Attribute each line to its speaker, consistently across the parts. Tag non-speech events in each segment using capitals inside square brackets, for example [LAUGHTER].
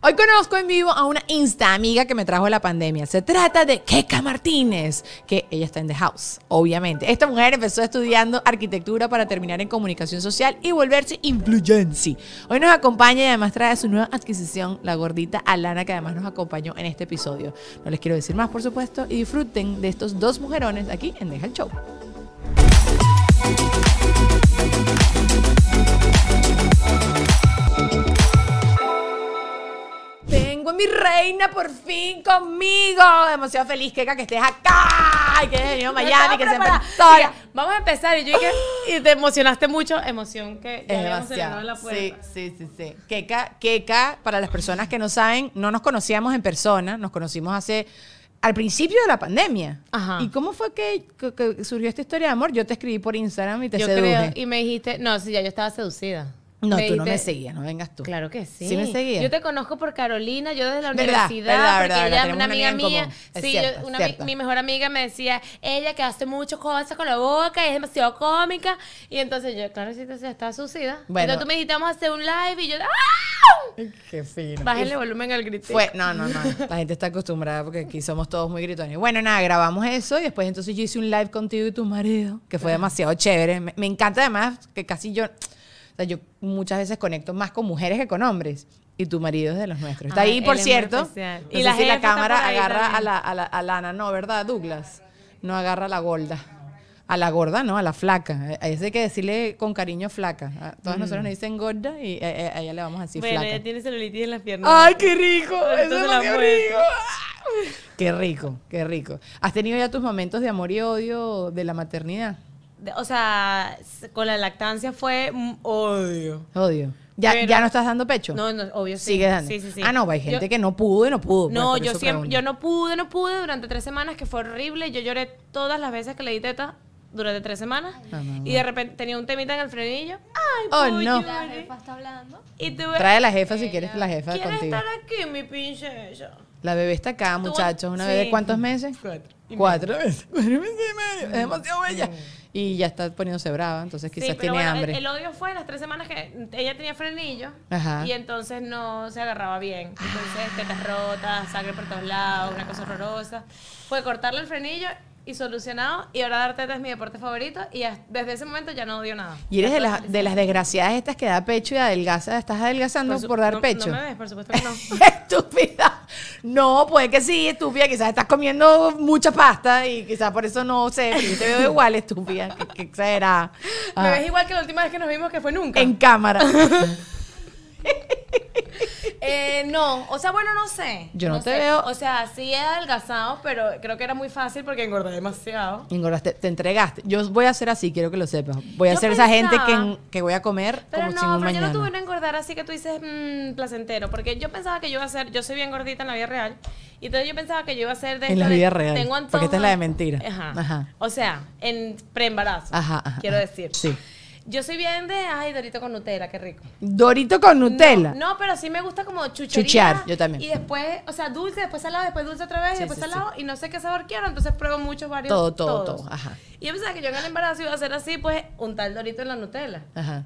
Speaker 1: Hoy conozco en vivo a una insta amiga que me trajo la pandemia. Se trata de Keka Martínez, que ella está en The House, obviamente. Esta mujer empezó estudiando arquitectura para terminar en comunicación social y volverse influency. Hoy nos acompaña y además trae su nueva adquisición, la gordita Alana, que además nos acompañó en este episodio. No les quiero decir más, por supuesto, y disfruten de estos dos mujerones aquí en Deja el Show. Tengo a mi reina por fin conmigo. Demasiado feliz, Keka, que estés acá. Ay, que hayas venido a Miami, que se
Speaker 2: Estaba preparada.
Speaker 1: Victoria.
Speaker 2: Mira, Vamos a empezar. Y
Speaker 1: [GASPS]
Speaker 2: yo dije, y te emocionaste mucho. Emoción que ya
Speaker 1: Es
Speaker 2: habíamos cerrado
Speaker 1: demasiado.
Speaker 2: la
Speaker 1: Sí,
Speaker 2: puerta.
Speaker 1: sí, sí, sí. Keka, Keka, para las personas que no saben, no nos conocíamos en persona, nos conocimos hace al principio de la pandemia.
Speaker 2: Ajá.
Speaker 1: ¿Y cómo fue que, que- que surgió esta historia de amor? Yo te escribí por Instagram y te
Speaker 2: yo creo.
Speaker 1: seduje.
Speaker 2: Y me dijiste, no, sí, ya yo estaba seducida.
Speaker 1: No, tú no
Speaker 2: dijiste-
Speaker 1: me seguías, no vengas tú.
Speaker 2: Claro que sí.
Speaker 1: Sí me seguías.
Speaker 2: Yo te conozco por Carolina, yo desde la
Speaker 1: Verdad,
Speaker 2: universidad,
Speaker 1: verdad,
Speaker 2: porque
Speaker 1: verdad,
Speaker 2: ella
Speaker 1: tenemos
Speaker 2: es
Speaker 1: una
Speaker 2: una
Speaker 1: amiga
Speaker 2: amiga
Speaker 1: en
Speaker 2: mía.
Speaker 1: común. Es
Speaker 2: Sí,
Speaker 1: cierto,
Speaker 2: yo-
Speaker 1: es
Speaker 2: una ami-
Speaker 1: cierto.
Speaker 2: mi mejor amiga me decía, ella que hace muchas cosas con la boca, y es demasiado cómica. Y entonces yo, claro, sí, entonces estaba seducida.
Speaker 1: Bueno.
Speaker 2: Entonces tú me dijiste, vamos a hacer un live, y yo, ¡ah!
Speaker 1: [LAUGHS] Qué fino.
Speaker 2: Bájenle volumen al grito.
Speaker 1: Fue, no, no, no. La gente está acostumbrada porque aquí somos todos muy gritones. Bueno, nada, grabamos eso y después entonces yo hice un live contigo y tu marido, que fue demasiado chévere. Me, me encanta además que casi yo, o sea, yo muchas veces conecto más con mujeres que con hombres. Y tu marido es de los nuestros. Está
Speaker 2: Ay,
Speaker 1: ahí, por
Speaker 2: Ah, él es muy
Speaker 1: cierto.
Speaker 2: especial.
Speaker 1: y
Speaker 2: Y
Speaker 1: la,
Speaker 2: la
Speaker 1: si la
Speaker 2: jefa está
Speaker 1: cámara
Speaker 2: por ahí
Speaker 1: agarra
Speaker 2: también.
Speaker 1: a la, a, la, a Lana, no, ¿verdad, Douglas? No agarra a la gorda. A la gorda, no, a la flaca. Eh, A ese hay que decirle con cariño flaca. A todas nosotros nos dicen gorda y eh, eh, a, ella le vamos a decir
Speaker 2: bueno,
Speaker 1: flaca.
Speaker 2: ella tiene celulitis en las piernas.
Speaker 1: ¡Ay, qué rico!
Speaker 2: Ahorita
Speaker 1: Eso es
Speaker 2: se la
Speaker 1: demasiado
Speaker 2: muestro.
Speaker 1: rico. Qué rico, qué rico. ¿Has tenido ya tus momentos de amor y odio de la maternidad?
Speaker 2: De- O sea, s- con la lactancia fue mm, odio.
Speaker 1: Odio. ¿Ya,
Speaker 2: Pero-
Speaker 1: ya no estás dando pecho?
Speaker 2: No, no, obvio sí.
Speaker 1: Sigues dando.
Speaker 2: Sí, sí, sí.
Speaker 1: Ah, no, hay
Speaker 2: Yo-
Speaker 1: gente que no pudo y no pudo. pues,
Speaker 2: No,
Speaker 1: por
Speaker 2: yo
Speaker 1: eso
Speaker 2: siempre,
Speaker 1: pregunto.
Speaker 2: yo no pude, no pude durante tres semanas, que fue horrible. Yo lloré todas las veces que le di teta durante tres semanas.
Speaker 1: Ah, no,
Speaker 2: y de repente tenía un temita en el frenillo. ¡Ay,
Speaker 1: Oh,
Speaker 2: voy,
Speaker 1: no.
Speaker 2: lloré.
Speaker 3: La jefa está hablando.
Speaker 2: Y tuve,
Speaker 1: Trae a la jefa si quieres, la jefa
Speaker 2: ¿quieres
Speaker 1: contigo.
Speaker 2: estar aquí, mi princesa?
Speaker 1: La bebé está acá, muchachos. ¿Una bebé de
Speaker 2: sí.
Speaker 1: cuántos meses?
Speaker 2: Cuatro. Y Mm.
Speaker 1: Cuatro meses. [LAUGHS] Cuatro meses y medio. Es demasiado bella. Y ya está poniéndose brava, entonces quizás
Speaker 2: sí, pero
Speaker 1: tiene
Speaker 2: bueno, el-
Speaker 1: hambre.
Speaker 2: El, odio fue las tres semanas que ella tenía frenillo
Speaker 1: Ajá. Ah.
Speaker 2: y entonces no se agarraba bien. Entonces, tetas rotas, sangre por todos lados, una cosa horrorosa. Fue cortarle el frenillo y solucionado. Y ahora dar teta es mi deporte favorito y as- desde ese momento ya no odio nada.
Speaker 1: Y eres de, las- de las desgraciadas estas que da pecho y adelgaza. ¿Estás adelgazando por,
Speaker 2: su-
Speaker 1: dar
Speaker 2: no-
Speaker 1: pecho?
Speaker 2: No me ves, por
Speaker 1: [LAUGHS]
Speaker 2: supuesto que no.
Speaker 1: estúpida. No, puede que sí, estúpida. Quizás estás comiendo mucha pasta y quizás por eso no sé. pero Yo te
Speaker 2: [LAUGHS]
Speaker 1: veo igual, estúpida. que que exagerada.
Speaker 2: Me
Speaker 1: Ah,
Speaker 2: ves igual que la última vez que nos vimos que fue nunca.
Speaker 1: en cámara.
Speaker 2: [LAUGHS] Eh, no, o sea, bueno, no sé.
Speaker 1: Yo no te
Speaker 2: sé.
Speaker 1: veo-
Speaker 2: O sea, sí he adelgazado, pero creo que era muy fácil porque engordé demasiado.
Speaker 1: Engordaste, te entregaste. Yo voy a ser así, quiero que lo sepas. Voy a
Speaker 2: Yo
Speaker 1: ser esa gente
Speaker 2: pensaba-
Speaker 1: que, en- que voy a comer
Speaker 2: Pero
Speaker 1: como
Speaker 2: no,
Speaker 1: sin
Speaker 2: pero
Speaker 1: un mañana.
Speaker 2: yo no tuve un engordar así que tú dices mm, placentero, porque yo pensaba que yo iba a ser, yo soy bien gordita en la vida real, y entonces yo pensaba que yo iba a ser de
Speaker 1: En
Speaker 2: esta
Speaker 1: la
Speaker 2: de-
Speaker 1: vida real,
Speaker 2: tengo
Speaker 1: porque
Speaker 2: antojo
Speaker 1: esta es la de mentira.
Speaker 2: Ajá.
Speaker 1: Ajá.
Speaker 2: O sea, en preembarazo.
Speaker 1: Ajá, ajá,
Speaker 2: Quiero
Speaker 1: ajá.
Speaker 2: decir.
Speaker 1: Sí.
Speaker 2: Yo soy bien de ay, dorito con Nutella, qué rico.
Speaker 1: Dorito con Nutella.
Speaker 2: No, no, pero sí me gusta como chuchería.
Speaker 1: Chuchear, yo también.
Speaker 2: Y después, o sea, dulce, después salado, después dulce otra vez,
Speaker 1: Sí,
Speaker 2: y después
Speaker 1: sí,
Speaker 2: salado, y no sé qué sabor quiero, entonces pruebo muchos varios.
Speaker 1: Todo, todo,
Speaker 2: todos.
Speaker 1: todo, ajá.
Speaker 2: Y yo pensaba que yo en el embarazo iba a ser así, pues, un tal dorito en la Nutella.
Speaker 1: Ajá.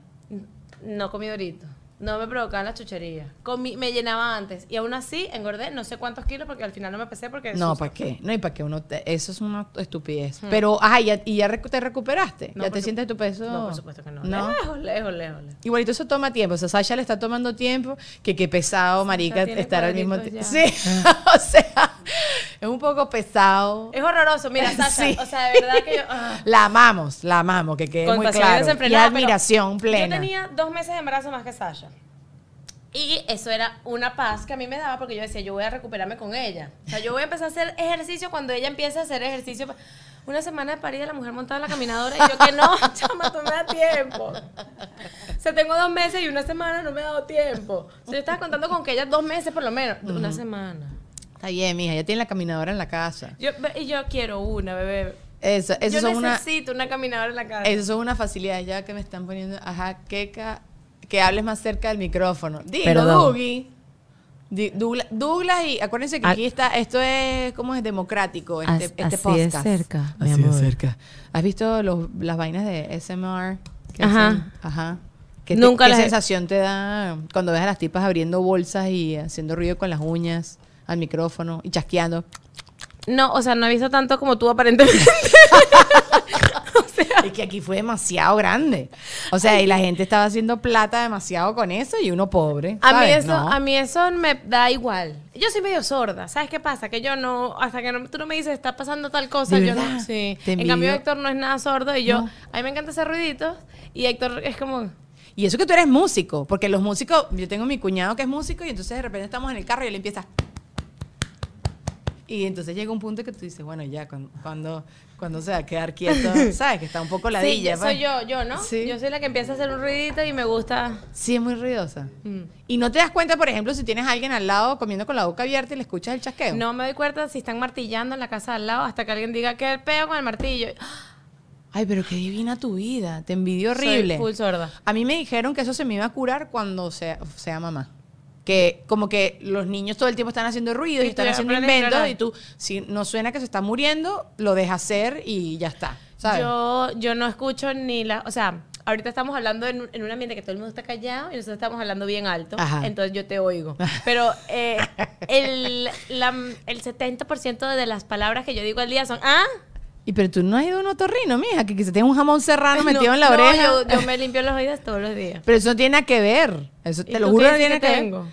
Speaker 2: No comí Doritos. No me provocaban las chucherías. Comí, me llenaba antes. Y aún así engordé no sé cuántos kilos porque al final no me pesé porque...
Speaker 1: No, ¿para qué? No, y para qué uno. te- eso es una estupidez. Pero, ajá, ¿y ya, y ya recu- te recuperaste?
Speaker 2: Hmm. No,
Speaker 1: ¿Ya
Speaker 2: por
Speaker 1: te
Speaker 2: su-
Speaker 1: sientes tu peso?
Speaker 2: No, por supuesto que no. [LAUGHS]
Speaker 1: No.
Speaker 2: Lejos, lejos, lejos. lejos.
Speaker 1: Igualito eso toma tiempo. O sea, Sasha le está tomando tiempo. Que qué pesado, marica,
Speaker 2: tiene
Speaker 1: estar al mismo tiempo.
Speaker 2: cuadritos
Speaker 1: [LAUGHS] Sí. o sea, es un poco pesado.
Speaker 2: Es
Speaker 1: [LAUGHS]
Speaker 2: horroroso. Mira, Sasha,
Speaker 1: Sí.
Speaker 2: o sea, de verdad que yo... ah.
Speaker 1: La amamos, la amamos, que quede
Speaker 2: Con
Speaker 1: muy
Speaker 2: pasión
Speaker 1: claro. Y
Speaker 2: desenfrenada, pero
Speaker 1: admiración plena.
Speaker 2: Yo tenía dos meses de embarazo más que Sasha. Y eso era una paz que a mí me daba porque yo decía, yo voy a recuperarme con ella. O sea, yo voy a empezar a hacer ejercicio cuando ella empiece a hacer ejercicio. Una semana de parida, la mujer montada en la caminadora y yo que no, [LAUGHS] chama, tú me da tiempo. O sea, tengo dos meses y una semana no me ha dado tiempo. O sea, yo estaba contando con que ella dos meses por lo menos. Una semana.
Speaker 1: Está bien, mija, ya tiene la caminadora en la casa.
Speaker 2: Yo, y yo quiero una, bebé.
Speaker 1: Eso, eso
Speaker 2: yo
Speaker 1: son una,
Speaker 2: necesito una caminadora en la casa.
Speaker 1: eso son una facilidad ya que me están poniendo. Ajá, queca, que hables más cerca del micrófono. Dilo,
Speaker 2: Perdón.
Speaker 1: Dougie. Di- Douglas, Douglas, y acuérdense que
Speaker 2: Ah.
Speaker 1: aquí está, esto es como es democrático, este,
Speaker 2: As-
Speaker 1: este
Speaker 2: así de
Speaker 1: podcast.
Speaker 2: cerca, mi
Speaker 1: Así de
Speaker 2: amor.
Speaker 1: cerca. ¿Has visto los- las vainas de SMR? que
Speaker 2: Ajá.
Speaker 1: hacen? Ajá. ¿Qué, te-
Speaker 2: Nunca
Speaker 1: qué
Speaker 2: las he-
Speaker 1: sensación te da cuando ves a las tipas abriendo bolsas y haciendo ruido con las uñas al micrófono y chasqueando?
Speaker 2: No, o sea, no he visto tanto como tú aparentemente.
Speaker 1: Es que aquí fue demasiado grande. O sea, y la gente estaba haciendo plata demasiado con eso y uno pobre.
Speaker 2: A mí,
Speaker 1: ¿sabes?
Speaker 2: eso,
Speaker 1: No.
Speaker 2: a mí eso me da igual. Yo soy medio sorda. ¿Sabes qué pasa? Que yo no, hasta que no- tú no me dices, está pasando tal cosa,
Speaker 1: ¿De
Speaker 2: yo no.
Speaker 1: verdad?
Speaker 2: Sí.
Speaker 1: Te
Speaker 2: En cambio,
Speaker 1: envidio.
Speaker 2: Héctor no es nada sordo y yo,
Speaker 1: No.
Speaker 2: a mí me encanta hacer ruiditos y Héctor es como,
Speaker 1: Y eso que tú eres músico, porque los músicos, yo tengo mi cuñado que es músico y entonces de repente estamos en el carro y él empieza. Y entonces llega un punto que tú dices, bueno, ya, cuando, cuando, cuando se va a quedar
Speaker 2: [LAUGHS]
Speaker 1: quieto, ¿sabes? Que está un poco
Speaker 2: sí,
Speaker 1: ladilla.
Speaker 2: yo- soy
Speaker 1: pues.
Speaker 2: yo, yo, ¿no?
Speaker 1: Sí.
Speaker 2: Yo soy la que empieza a hacer un ruidito y me gusta.
Speaker 1: Sí, es muy ruidosa.
Speaker 2: Mm.
Speaker 1: Y no te das cuenta, por ejemplo, si tienes a alguien al lado comiendo con la boca abierta y le escuchas el chasqueo.
Speaker 2: No me doy cuenta si están martillando en la casa de al lado hasta que alguien diga que el peo con el martillo.
Speaker 1: Ay, pero qué divina tu vida. Te envidio horrible.
Speaker 2: Soy full sorda.
Speaker 1: A mí me dijeron que eso se me iba a curar cuando sea, sea mamá. Que como que los niños todo el tiempo están haciendo ruido y,
Speaker 2: Y tú
Speaker 1: están haciendo
Speaker 2: aprendes a
Speaker 1: inventos
Speaker 2: ignorar.
Speaker 1: y tú, si no suena que se está muriendo, lo dejas hacer y ya está. ¿Sabes?
Speaker 2: Yo, yo no escucho ni la. O sea, ahorita estamos hablando en, un- en un ambiente que todo el mundo está callado y nosotros estamos hablando bien alto.
Speaker 1: Ajá.
Speaker 2: Entonces yo te
Speaker 1: [LAUGHS]
Speaker 2: oigo. Pero eh, el, la- el 70% de las palabras que yo digo al día son. ¡Ah!
Speaker 1: y pero tú no has ido a un otorrino, mija, que quizás tienes un jamón serrano metido
Speaker 2: No,
Speaker 1: en la
Speaker 2: no,
Speaker 1: oreja.
Speaker 2: yo, yo me limpio los oídos todos los días.
Speaker 1: Pero eso no tiene nada que ver. Eso
Speaker 2: ¿Y
Speaker 1: te lo
Speaker 2: tú
Speaker 1: juro
Speaker 2: qué
Speaker 1: no tiene
Speaker 2: dices que
Speaker 1: que
Speaker 2: tengo?
Speaker 1: ver.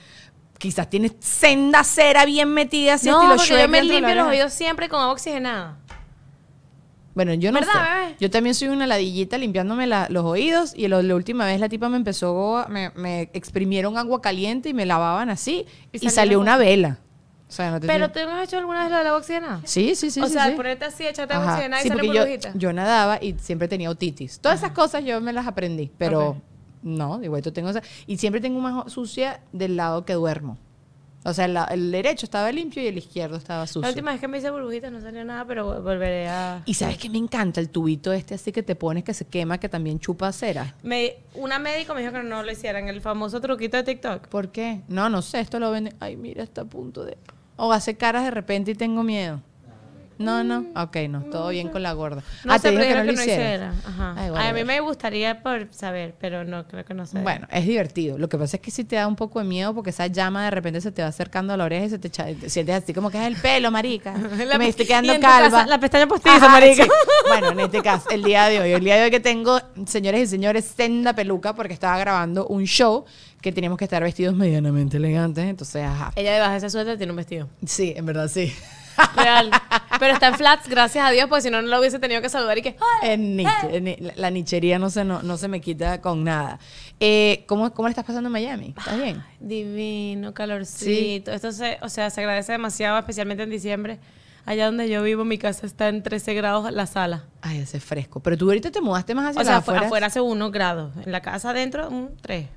Speaker 1: Quizás tienes senda cera bien metida así
Speaker 2: no,
Speaker 1: estilo
Speaker 2: porque yo
Speaker 1: Shrek
Speaker 2: me
Speaker 1: dentro de la
Speaker 2: limpio los
Speaker 1: oreja.
Speaker 2: oídos siempre con agua oxigenada.
Speaker 1: Bueno, yo no
Speaker 2: ¿Verdad,
Speaker 1: sé.
Speaker 2: bebé?
Speaker 1: Yo también soy una ladillita limpiándome la- los oídos y lo- la última vez la tipa me empezó, me, me exprimieron agua caliente y me lavaban así
Speaker 2: Y
Speaker 1: y,
Speaker 2: salió
Speaker 1: salió,
Speaker 2: la
Speaker 1: una vela. O sea, no te
Speaker 2: Pero
Speaker 1: estoy-
Speaker 2: tú no has hecho alguna vez lo de la agua oxigenada.
Speaker 1: Sí, sí, sí.
Speaker 2: o
Speaker 1: sí,
Speaker 2: sea,
Speaker 1: sí.
Speaker 2: ponerte así, echarte agua
Speaker 1: Ajá.
Speaker 2: oxigenada y
Speaker 1: Sí,
Speaker 2: sale
Speaker 1: porque
Speaker 2: burbujita.
Speaker 1: yo, yo nadaba y siempre tenía otitis. Todas esas cosas yo me las aprendí, pero
Speaker 2: Ok.
Speaker 1: no, de vuelta tengo esa. Y siempre tengo más sucia del lado que duermo. O sea, el, la- el derecho estaba limpio y el izquierdo estaba
Speaker 2: La
Speaker 1: sucio.
Speaker 2: última vez que me hice burbujitas no salió nada, pero vol- volveré a.
Speaker 1: Y sabes que me encanta el tubito este así que te pones que se quema, que también chupa cera.
Speaker 2: Me, una médico me dijo que no lo hicieran, el famoso truquito de TikTok.
Speaker 1: ¿Por qué? No, no sé, esto lo venden. Ay, mira, está a punto de. O hace caras de repente y tengo miedo.
Speaker 2: Ah,
Speaker 1: No, no. Ok, no, todo bien con la gorda.
Speaker 2: No sé,
Speaker 1: Ah, dijo
Speaker 2: pero dijeron que no,
Speaker 1: hicieras.
Speaker 2: hiciera. Ajá.
Speaker 1: Ay,
Speaker 2: Ay, a mí
Speaker 1: whatever.
Speaker 2: me gustaría por saber, pero no creo que no sé.
Speaker 1: Bueno, es divertido. Lo que pasa es que sí te da un poco de miedo porque esa llama de repente se te va acercando a la oreja y se te, echa- te sientes así como que es el pelo, marica.
Speaker 2: [LAUGHS] [LAUGHS] La-
Speaker 1: me estoy
Speaker 2: y
Speaker 1: quedando
Speaker 2: en tu
Speaker 1: calva.
Speaker 2: casa, la pestaña postiza,
Speaker 1: Ajá,
Speaker 2: marica.
Speaker 1: sí. [LAUGHS] Bueno, en este caso, el día de hoy. El día de hoy que tengo, señores y señores, senda peluca porque estaba grabando un show que teníamos que estar vestidos medianamente elegantes. Entonces, ajá.
Speaker 2: Ella debajo de esa suéter tiene
Speaker 1: [LAUGHS]
Speaker 2: un vestido.
Speaker 1: Sí, en verdad sí.
Speaker 2: Real. pero está en flats, gracias a Dios, porque si no, no lo hubiese tenido que saludar y que. "Hola".
Speaker 1: En
Speaker 2: eh.
Speaker 1: Nietzsche, en- la- la nichería no se, no, no se me quita con nada. Eh, ¿cómo, ¿Cómo le estás pasando en Miami? ¿Estás bien?
Speaker 2: Divino, calorcito. Esto se, o sea, se agradece demasiado, especialmente en diciembre. Allá donde yo vivo, mi casa está en 13 grados la sala.
Speaker 1: Ay, hace fresco. Pero tú ahorita te mudaste más hacia
Speaker 2: O sea,
Speaker 1: las
Speaker 2: afuera,
Speaker 1: Ah, afueras.
Speaker 2: afuera hace 1 grado. En la casa adentro, un 3.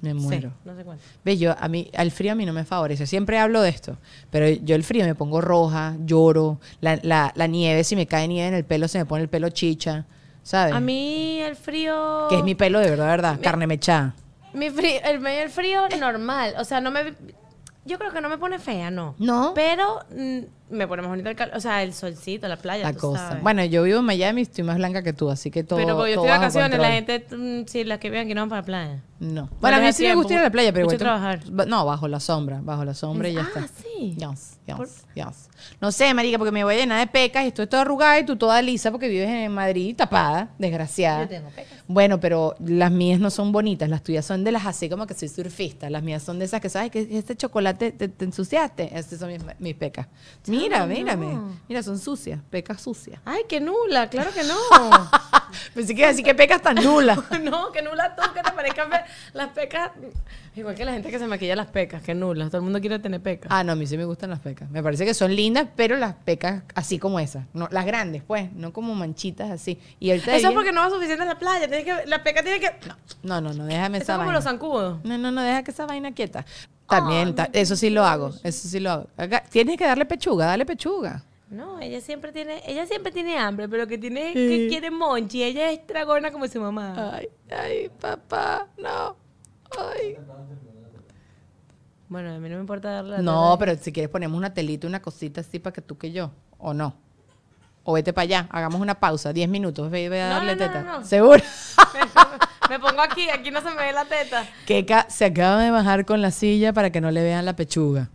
Speaker 1: Me muero.
Speaker 2: no sé cuánto.
Speaker 1: Ve, yo, a mí, al frío a mí no me favorece. Siempre hablo de esto. Pero yo el frío me pongo roja, lloro. La, la- la nieve, si me cae nieve en el pelo, se me pone el pelo chicha. ¿Sabes?
Speaker 2: A mí el frío.
Speaker 1: Que es mi pelo de verdad, verdad. Carne mechada.
Speaker 2: Mi frío, el medio el frío normal, o sea, no me yo creo que no me pone fea, no.
Speaker 1: No.
Speaker 2: Pero mm, me pone más bonito el calor, o sea, el solcito, la playa,
Speaker 1: La
Speaker 2: tú
Speaker 1: cosa.
Speaker 2: sabes.
Speaker 1: Bueno, yo vivo en Miami y estoy más blanca que tú, así que todo.
Speaker 2: pero porque yo
Speaker 1: todo
Speaker 2: estoy de
Speaker 1: bajo
Speaker 2: vacaciones, la
Speaker 1: control.
Speaker 2: gente mm, sí, las que viven aquí no van para la playa.
Speaker 1: No.
Speaker 2: les
Speaker 1: Bueno, a
Speaker 2: da
Speaker 1: mí sí me
Speaker 2: tiempo,
Speaker 1: gusta ir a la playa, pero
Speaker 2: mucho
Speaker 1: igual
Speaker 2: trabajar.
Speaker 1: ba- No, bajo la sombra, bajo la sombra y ya
Speaker 2: Ah,
Speaker 1: está.
Speaker 2: sí.
Speaker 1: Yes, yes,
Speaker 2: Por-
Speaker 1: yes. No sé, marica, porque me voy a llenar de pecas y estoy toda arrugada y tú toda lisa porque vives en Madrid tapada, desgraciada.
Speaker 2: Yo tengo pecas.
Speaker 1: Bueno, pero las mías no son bonitas, las tuyas son de las así como que soy surfista, las mías son de esas que sabes que este chocolate te, te ensuciaste, estas son mis, mis pecas. Mira,
Speaker 2: Chama,
Speaker 1: mírame,
Speaker 2: Ah, no.
Speaker 1: mira, son sucias, pecas sucias.
Speaker 2: Ay, qué nula, claro
Speaker 1: [LAUGHS]
Speaker 2: que no.
Speaker 1: Pensé que iba a decir que pecas tan
Speaker 2: [LAUGHS]
Speaker 1: nulas.
Speaker 2: no, que nula tú, que te parezcan fe- las pecas igual que la gente que se maquilla las pecas, que nula, todo el mundo quiere tener pecas.
Speaker 1: Ah, no, a mí sí me gustan las pecas. Me parece que son lindas, pero las pecas así como esas. No, las grandes, pues, no como manchitas así. Y ahorita
Speaker 2: Eso
Speaker 1: bien-
Speaker 2: es porque no va suficiente a la playa, tienes que la peca tiene que no.
Speaker 1: No, no, no, déjame
Speaker 2: Eso
Speaker 1: esa
Speaker 2: es como los
Speaker 1: vaina.
Speaker 2: zancudos.
Speaker 1: No, no, no, deja que esa vaina quieta. También, ta- eso sí lo hago, eso sí lo hago. Acá- tienes que darle pechuga, dale pechuga.
Speaker 2: No, ella siempre tiene, ella siempre tiene hambre, pero que tiene, que quiere monchi. Ella es dragona como su mamá.
Speaker 1: Ay, ay, papá, no. Ay.
Speaker 2: Bueno, a mí no me importa darle.
Speaker 1: No, pero si quieres ponemos una telita, una cosita así para que tú que yo, o no. O vete para allá, hagamos una pausa, 10 minutos, ve, ve a
Speaker 2: No,
Speaker 1: darle
Speaker 2: no, no,
Speaker 1: teta.
Speaker 2: no, no.
Speaker 1: [LAUGHS] ¿Seguro?
Speaker 2: Me pongo aquí, aquí no se me ve la teta.
Speaker 1: Keka se acaba de bajar con la silla para que no le vean la pechuga.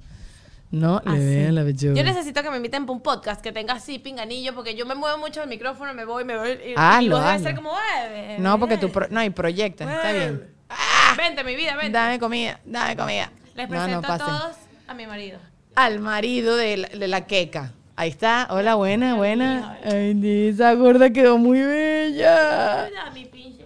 Speaker 1: No le vean la pechuga.
Speaker 2: Ah, Yo necesito que me inviten para un podcast que tenga así pinganillo, porque yo me muevo mucho el micrófono, me voy, me voy. Y, y
Speaker 1: Hazlo,
Speaker 2: vos debes
Speaker 1: hazlo.
Speaker 2: ser como, "Eh,
Speaker 1: Ah, No, porque tú
Speaker 2: eh,
Speaker 1: pro- no, y proyectas, está
Speaker 2: eh,
Speaker 1: bien.
Speaker 2: Vente, mi vida, vente.
Speaker 1: Dame comida, dame comida. No,
Speaker 2: Les presento
Speaker 1: no
Speaker 2: a
Speaker 1: pasen.
Speaker 2: todos a mi marido.
Speaker 1: Al marido de la, de la queca. Ahí está. Hola, buena, buena. Ay, di, esa gorda quedó muy bella.
Speaker 2: Ayuda, mi pinche.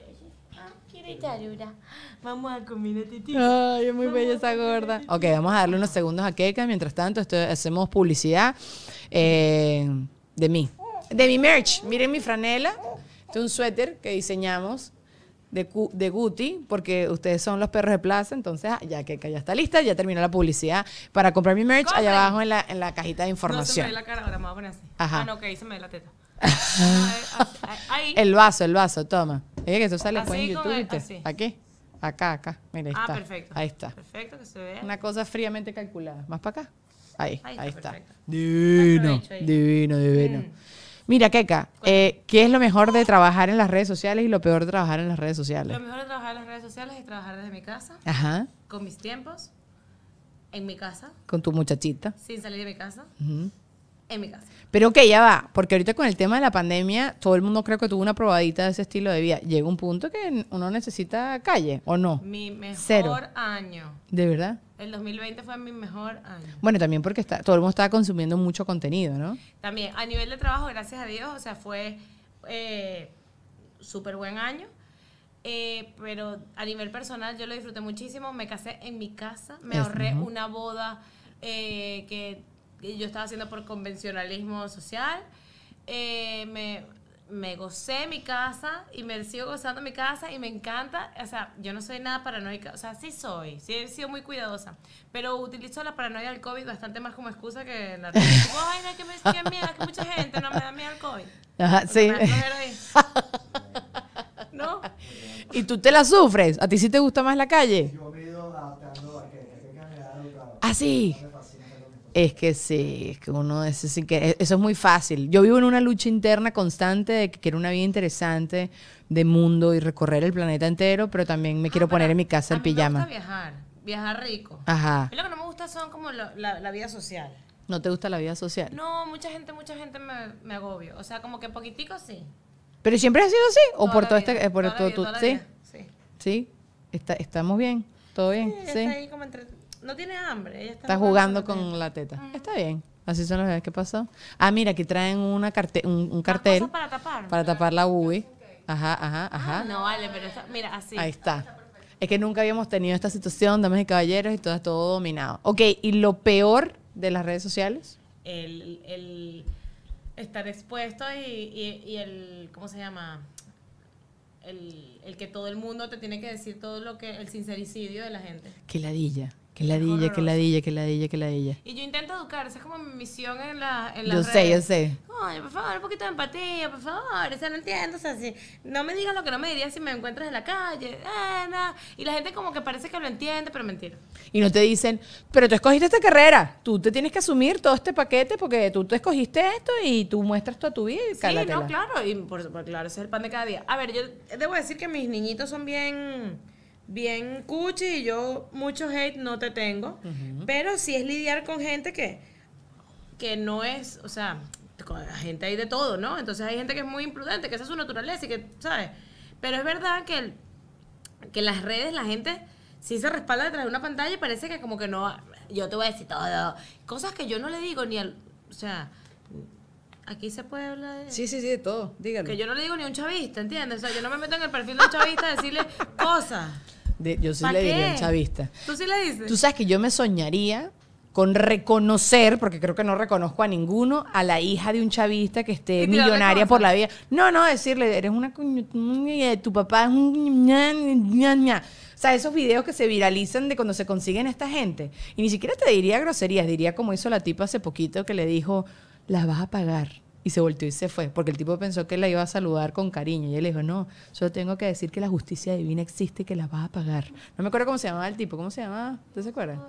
Speaker 2: Ah, quiero te ayuda. Vamos a comer a titi.
Speaker 1: Ay, es muy bella esa gorda. Ok, vamos a darle unos segundos a Keka. Mientras tanto, esto- hacemos publicidad eh, de mí. De mi merch. Miren mi franela. Este es un suéter que diseñamos de, cu- de Guti, porque ustedes son los perros de plaza. Entonces, ah, ya Keka ya está lista, ya terminó la publicidad. Para comprar mi merch,
Speaker 2: Compren.
Speaker 1: allá abajo en la, en la cajita de
Speaker 2: No se me
Speaker 1: información.
Speaker 2: ve la cara, ahora me voy a poner así.
Speaker 1: Ajá.
Speaker 2: Ah, no, que ahí se me ve la
Speaker 1: [LAUGHS]
Speaker 2: teta. No, eh, así, ahí.
Speaker 1: El vaso, el vaso, toma. Oye, que eso sale
Speaker 2: Así
Speaker 1: pues, en
Speaker 2: con
Speaker 1: YouTube.
Speaker 2: el-
Speaker 1: ¿viste?
Speaker 2: así.
Speaker 1: Aquí. Acá, acá. Mira, ahí
Speaker 2: ah,
Speaker 1: está.
Speaker 2: perfecto.
Speaker 1: Ahí está.
Speaker 2: Perfecto, que se vea.
Speaker 1: Una cosa fríamente calculada. ¿Más para acá? Ahí, ahí,
Speaker 2: Ahí
Speaker 1: está.
Speaker 2: está, perfecto.
Speaker 1: Divino,
Speaker 2: Aprovecho ahí.
Speaker 1: divino, divino. Mira, Keka, eh, ¿qué es lo mejor de trabajar en las redes sociales y lo peor de trabajar en las redes sociales?
Speaker 2: Lo mejor de trabajar en las redes sociales es trabajar desde mi casa,
Speaker 1: Ajá,
Speaker 2: con mis tiempos, en mi casa,
Speaker 1: con tu muchachita.
Speaker 2: sin salir de mi casa,
Speaker 1: Ujú.
Speaker 2: en mi casa.
Speaker 1: Pero ok, ya va, porque ahorita con el tema de la pandemia, todo el mundo creo que tuvo una probadita de ese estilo de vida. Llega un punto que uno necesita calle, ¿o no?
Speaker 2: Mi mejor
Speaker 1: Cero.
Speaker 2: año.
Speaker 1: De verdad.
Speaker 2: El 2020 fue mi mejor año.
Speaker 1: Bueno, también porque está, todo el mundo estaba consumiendo mucho contenido, ¿no?
Speaker 2: También, a nivel de trabajo, gracias a Dios, o sea, fue eh, súper buen año. Eh, pero a nivel personal yo lo disfruté muchísimo. Me casé en mi casa, me
Speaker 1: Es-
Speaker 2: ahorré
Speaker 1: ujú.
Speaker 2: una boda eh, que, que yo estaba haciendo por convencionalismo social. Eh, me, me gocé mi casa y me sigo gozando mi casa y me encanta. O sea, yo no soy nada paranoica. O sea, sí soy, sí he sido muy cuidadosa. Pero utilizo la paranoia del COVID bastante más como excusa que la... [LAUGHS] Como, Ay, no, que me que miedo, que mucha gente no me da miedo al COVID.
Speaker 1: Ajá,
Speaker 2: O sea,
Speaker 1: sí.
Speaker 2: me da
Speaker 1: [LAUGHS]
Speaker 2: flojera ahí. ¿No?
Speaker 1: ¿Y tú te la sufres? ¿A ti sí te gusta más la calle?
Speaker 3: Yo me he ido adaptando a que que me ha educado.
Speaker 1: Ah, sí.
Speaker 3: Me fascina estar con mi esposa.
Speaker 1: Es que sí, es que uno es así que e, eso es muy fácil. Yo vivo en una lucha interna constante de que quiero una vida interesante de mundo y recorrer el planeta entero, pero también me quiero
Speaker 2: Ah,
Speaker 1: poner
Speaker 2: pero
Speaker 1: en mi casa
Speaker 2: a
Speaker 1: en
Speaker 2: mí Me
Speaker 1: pijama. Ah.
Speaker 2: gusta viajar, viajar rico. A
Speaker 1: Ajá.
Speaker 2: mí lo que no me gusta son como lo- la, la vida social.
Speaker 1: ¿No te gusta la vida social?
Speaker 2: No, mucha gente, mucha gente me, me agobio. O sea, como que poquitico sí.
Speaker 1: Pero siempre ha sido así o
Speaker 2: Toda
Speaker 1: por
Speaker 2: la
Speaker 1: todo
Speaker 2: vida,
Speaker 1: este eh, por
Speaker 2: toda la
Speaker 1: todo
Speaker 2: vida,
Speaker 1: tu-
Speaker 2: toda la
Speaker 1: sí.
Speaker 2: vida, sí.
Speaker 1: Sí. Está- estamos bien. Todo bien.
Speaker 2: Ella
Speaker 1: Sí.
Speaker 2: Está ahí como entre... No tiene hambre. Ella está,
Speaker 1: Está jugando con la teta. Está bien. Así son los bebés. ¿Qué pasó? Ah, mira, aquí traen una carte- un, un
Speaker 2: cartel.
Speaker 1: cartel
Speaker 2: para tapar.
Speaker 1: para tapar la uvi. Ajá, ajá,
Speaker 2: Ah,
Speaker 1: ajá.
Speaker 2: no, vale, pero está, mira, así.
Speaker 1: Ahí está. Es que nunca habíamos tenido esta situación, damas y caballeros, y todo, es todo dominado. Ok, ¿y lo peor de las redes sociales?
Speaker 2: el, el estar expuesto y, y- y el, ¿cómo se llama? El, el que todo el mundo te tiene que decir todo lo que, el sincericidio de la gente.
Speaker 1: Que ladilla, que ladilla, que
Speaker 2: horroroso.
Speaker 1: ladilla, que ladilla, que ladilla.
Speaker 2: Y yo intento educar, esa es como mi misión en la... En
Speaker 1: Yo
Speaker 2: las
Speaker 1: sé, yo
Speaker 2: redes.
Speaker 1: sé.
Speaker 2: Coño, por favor, un poquito de empatía, por favor. O sea, no entiendo. O sea, si no me digas lo que no me dirías si me encuentras en la calle. eh, no. Y la gente como que parece que lo entiende, pero mentira.
Speaker 1: Y no te dicen, pero tú escogiste esta carrera, tú te tienes que asumir todo este paquete porque tú, tú escogiste esto y tú muestras toda tu vida y
Speaker 2: Sí,
Speaker 1: cálatela.
Speaker 2: no, claro, y por, por- claro, ese es el pan de cada día. A ver, yo debo decir que mis niñitos son bien bien cuchi y yo mucho hate no te tengo, pero sí es lidiar con gente que que no es, o sea, con la gente hay de todo, ¿no? Entonces hay gente que es muy imprudente, que esa es su naturaleza y que, ¿sabes? Pero es verdad que el- que en las redes la gente sí se respalda detrás de una pantalla y parece que como que no, yo te voy a decir todo. Cosas que yo no le digo ni al, o sea, aquí se puede hablar de...
Speaker 1: sí, sí, de todo, dígalo.
Speaker 2: Que yo no le digo ni a un chavista, ¿entiendes? O sea, yo no me meto en el perfil de un chavista
Speaker 1: [LAUGHS]
Speaker 2: a decirle cosas.
Speaker 1: De- yo sí
Speaker 2: ¿Pa
Speaker 1: le diría
Speaker 2: qué?
Speaker 1: al chavista.
Speaker 2: ¿Tú sí le dices?
Speaker 1: Tú sabes que yo me soñaría con reconocer, porque creo que no reconozco a ninguno, a la hija de un chavista que esté
Speaker 2: Y tirarle
Speaker 1: Eh, millonaria por la
Speaker 2: cosas.
Speaker 1: vida. No, no, decirle, eres una coño- eh, tu papá es un ña, ña, ña. O sea, esos videos que se viralizan de cuando se consiguen esta gente. Y ni siquiera te diría groserías, diría como hizo la tipa hace poquito que le dijo, las vas a pagar. Y se volteó y se fue, porque el tipo pensó que la iba a saludar con cariño. Y él le dijo, no, solo tengo que decir que la justicia divina existe y que las vas a pagar. No me acuerdo cómo se llamaba el tipo, ¿cómo se llamaba? ¿Tú se acuerdas?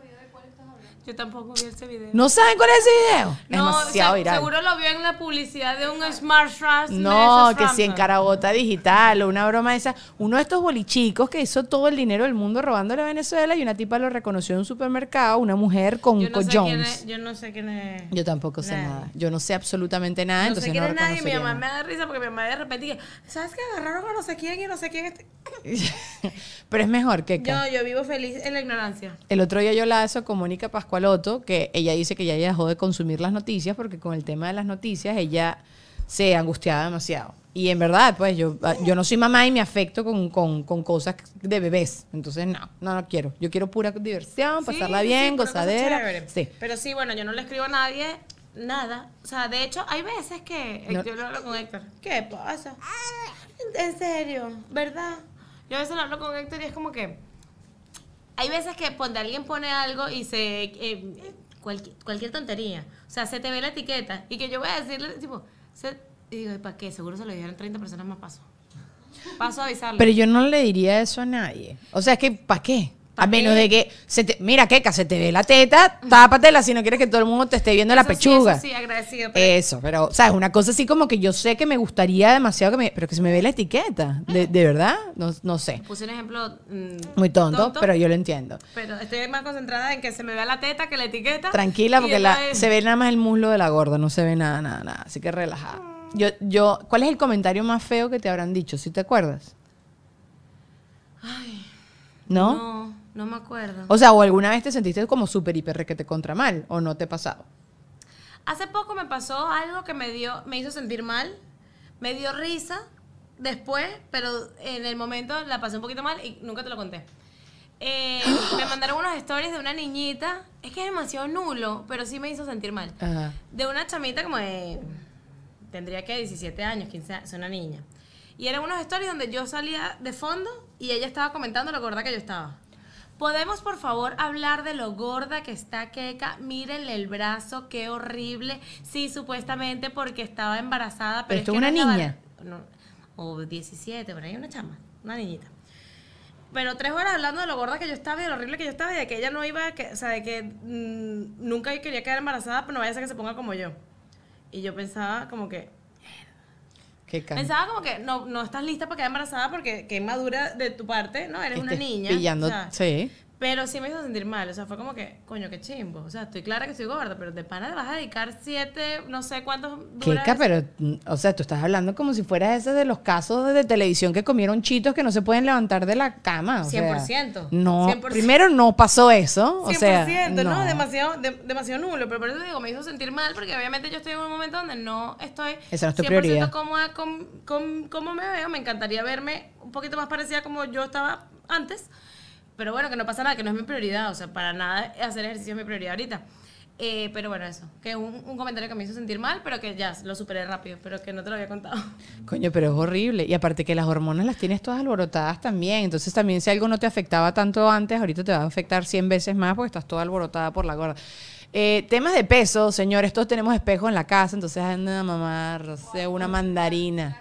Speaker 2: Yo tampoco vi ese video.
Speaker 1: ¿No saben cuál es ese video? Es
Speaker 2: No,
Speaker 1: demasiado
Speaker 2: se-
Speaker 1: viral.
Speaker 2: Seguro lo vio en la publicidad de un Smart Trust.
Speaker 1: No, que si en Carabota Digital o una broma esa. Uno de estos bolichicos que hizo todo el dinero del mundo robándole a Venezuela y una tipa lo reconoció en un supermercado, una mujer con
Speaker 2: yo no sé quién
Speaker 1: collones.
Speaker 2: es, Yo no sé quién es.
Speaker 1: Yo tampoco sé
Speaker 2: Nada.
Speaker 1: nada. Yo no sé absolutamente nada,
Speaker 2: no sé
Speaker 1: entonces
Speaker 2: quién
Speaker 1: no
Speaker 2: es nadie. Mi
Speaker 1: reconocería
Speaker 2: mamá me
Speaker 1: nada.
Speaker 2: da risa porque mi mamá de repente dice: ¿Sabes qué? Agarraron a no sé quién y no sé quién. este-".
Speaker 1: [LAUGHS] Pero es mejor que
Speaker 2: Yo, yo vivo feliz en la ignorancia.
Speaker 1: El otro día yo hablaba eso con Mónica Pascualotto, que ella dice que ya ella dejó de consumir las noticias porque con el tema de las noticias ella se angustiaba demasiado. Y en verdad, pues yo, yo no soy mamá y me afecto con, con- con cosas de bebés. Entonces, no, no, no quiero. Yo quiero pura diversión, pasarla
Speaker 2: Sí, sí,
Speaker 1: bien,
Speaker 2: sí, pura cosa
Speaker 1: gozadera.
Speaker 2: chévere.
Speaker 1: Sí.
Speaker 2: Pero sí, bueno, yo no le escribo a nadie nada. O sea, de hecho, hay veces que
Speaker 1: No.
Speaker 2: yo lo hablo con Héctor. ¿Qué pasa? En serio, ¿verdad? Yo a veces lo hablo con Héctor y es como que hay veces que ponte, alguien pone algo y se eh, cualquier, cualquier tontería. O sea, se te ve la etiqueta y que yo voy a decirle tipo, se- y digo, ¿para qué? Seguro se lo dijeron 30 personas más paso. Paso a avisarle.
Speaker 1: Pero yo no le diría eso a nadie. O sea, es que, ¿para qué?
Speaker 2: ¿Pa'
Speaker 1: a menos
Speaker 2: qué?
Speaker 1: de que, se te, mira, Keka, se te ve la teta, tápatela si no quieres que todo el mundo te esté viendo la
Speaker 2: Eso sí,
Speaker 1: pechuga. Eh,
Speaker 2: eso Sí, agradecido. pero-
Speaker 1: Eso, pero, ¿sabes? Una cosa así como que yo sé que me gustaría demasiado que me. Pero que se me ve la etiqueta. ¿De, de verdad? No, no sé.
Speaker 2: Puse un ejemplo mm,
Speaker 1: Muy tonto, pero yo lo entiendo.
Speaker 2: Pero estoy más concentrada en que se me vea la teta que la etiqueta.
Speaker 1: Tranquila,
Speaker 2: Ah, Y
Speaker 1: porque
Speaker 2: ella
Speaker 1: la,
Speaker 2: es-
Speaker 1: se ve nada más el muslo de la gorda, no se ve nada, nada, nada. Así que relajada. Yo, yo, ¿Cuál es el comentario más feo que te habrán dicho, si te acuerdas? ¿No?
Speaker 2: No, no me acuerdo.
Speaker 1: O sea, o alguna vez te sentiste como súper hiper que te contra mal, o no te ha pasado.
Speaker 2: Hace poco me pasó algo que me dio, me hizo sentir mal, me dio risa después, pero en el momento la pasé un poquito mal y nunca te lo conté. Eh,
Speaker 1: [GASPS]
Speaker 2: me mandaron unos stories de una niñita, es que es demasiado nulo, pero sí me hizo sentir mal.
Speaker 1: Ajá.
Speaker 2: De una chamita como de. Tendría que 17 años, 15 años, una niña. Y eran unos stories donde yo salía de fondo y ella estaba comentando lo gorda que yo estaba. ¿Podemos, por favor, hablar de lo gorda que está Keka? Mírenle el brazo, qué horrible. Sí, supuestamente porque estaba embarazada.
Speaker 1: Pero
Speaker 2: Pero,
Speaker 1: esto
Speaker 2: que
Speaker 1: una
Speaker 2: no estaba-
Speaker 1: niña.
Speaker 2: no, o 17, por ahí una chama, una niñita. Pero tres horas hablando de lo gorda que yo estaba y de lo horrible que yo estaba y de que ella no iba, a que- o sea, de que mm, nunca quería quedar embarazada, pero no vaya a ser que se ponga como yo. Y yo pensaba como que,
Speaker 1: Qué cara.
Speaker 2: pensaba como que no, no estás lista para quedar embarazada porque qué madura de tu parte, ¿no? Eres una
Speaker 1: Estés
Speaker 2: niña.
Speaker 1: Pillando,
Speaker 2: o sea,
Speaker 1: sí.
Speaker 2: Pero sí me hizo sentir mal, o sea, fue como que, coño, qué chimbo. O sea, estoy clara que soy gorda, pero de pana te vas a dedicar siete, no sé cuántos dura
Speaker 1: Keka,
Speaker 2: eso.
Speaker 1: pero, mm, o sea, tú estás hablando como si fueras ese de los casos de televisión que comieron chitos que no se pueden levantar de la cama. o sea,
Speaker 2: 100%,
Speaker 1: no,
Speaker 2: 100%.
Speaker 1: primero no pasó eso. O
Speaker 2: 100%,
Speaker 1: sea,
Speaker 2: ¿no? Demasiado, de- demasiado nulo. Pero por eso digo, me hizo sentir mal porque obviamente yo estoy en un momento donde no estoy
Speaker 1: Esa no es tu prioridad.
Speaker 2: cómoda con, con cómo me veo. Me encantaría verme un poquito más parecida como yo estaba antes. Pero bueno, que no pasa nada, que no es mi prioridad. O sea, para nada hacer ejercicio es mi prioridad ahorita. Eh, pero bueno, eso. Que un, un comentario que me hizo sentir mal, pero que ya lo superé rápido. Pero que no te lo había contado.
Speaker 1: Coño, pero es horrible. Y aparte que las hormonas las tienes todas alborotadas también. Entonces también si algo no te afectaba tanto antes, ahorita te va a afectar 100 veces más porque estás toda alborotada por la gorda. Eh, temas de peso, señores, todos tenemos espejo en la casa, entonces anda a mamarse una mandarina.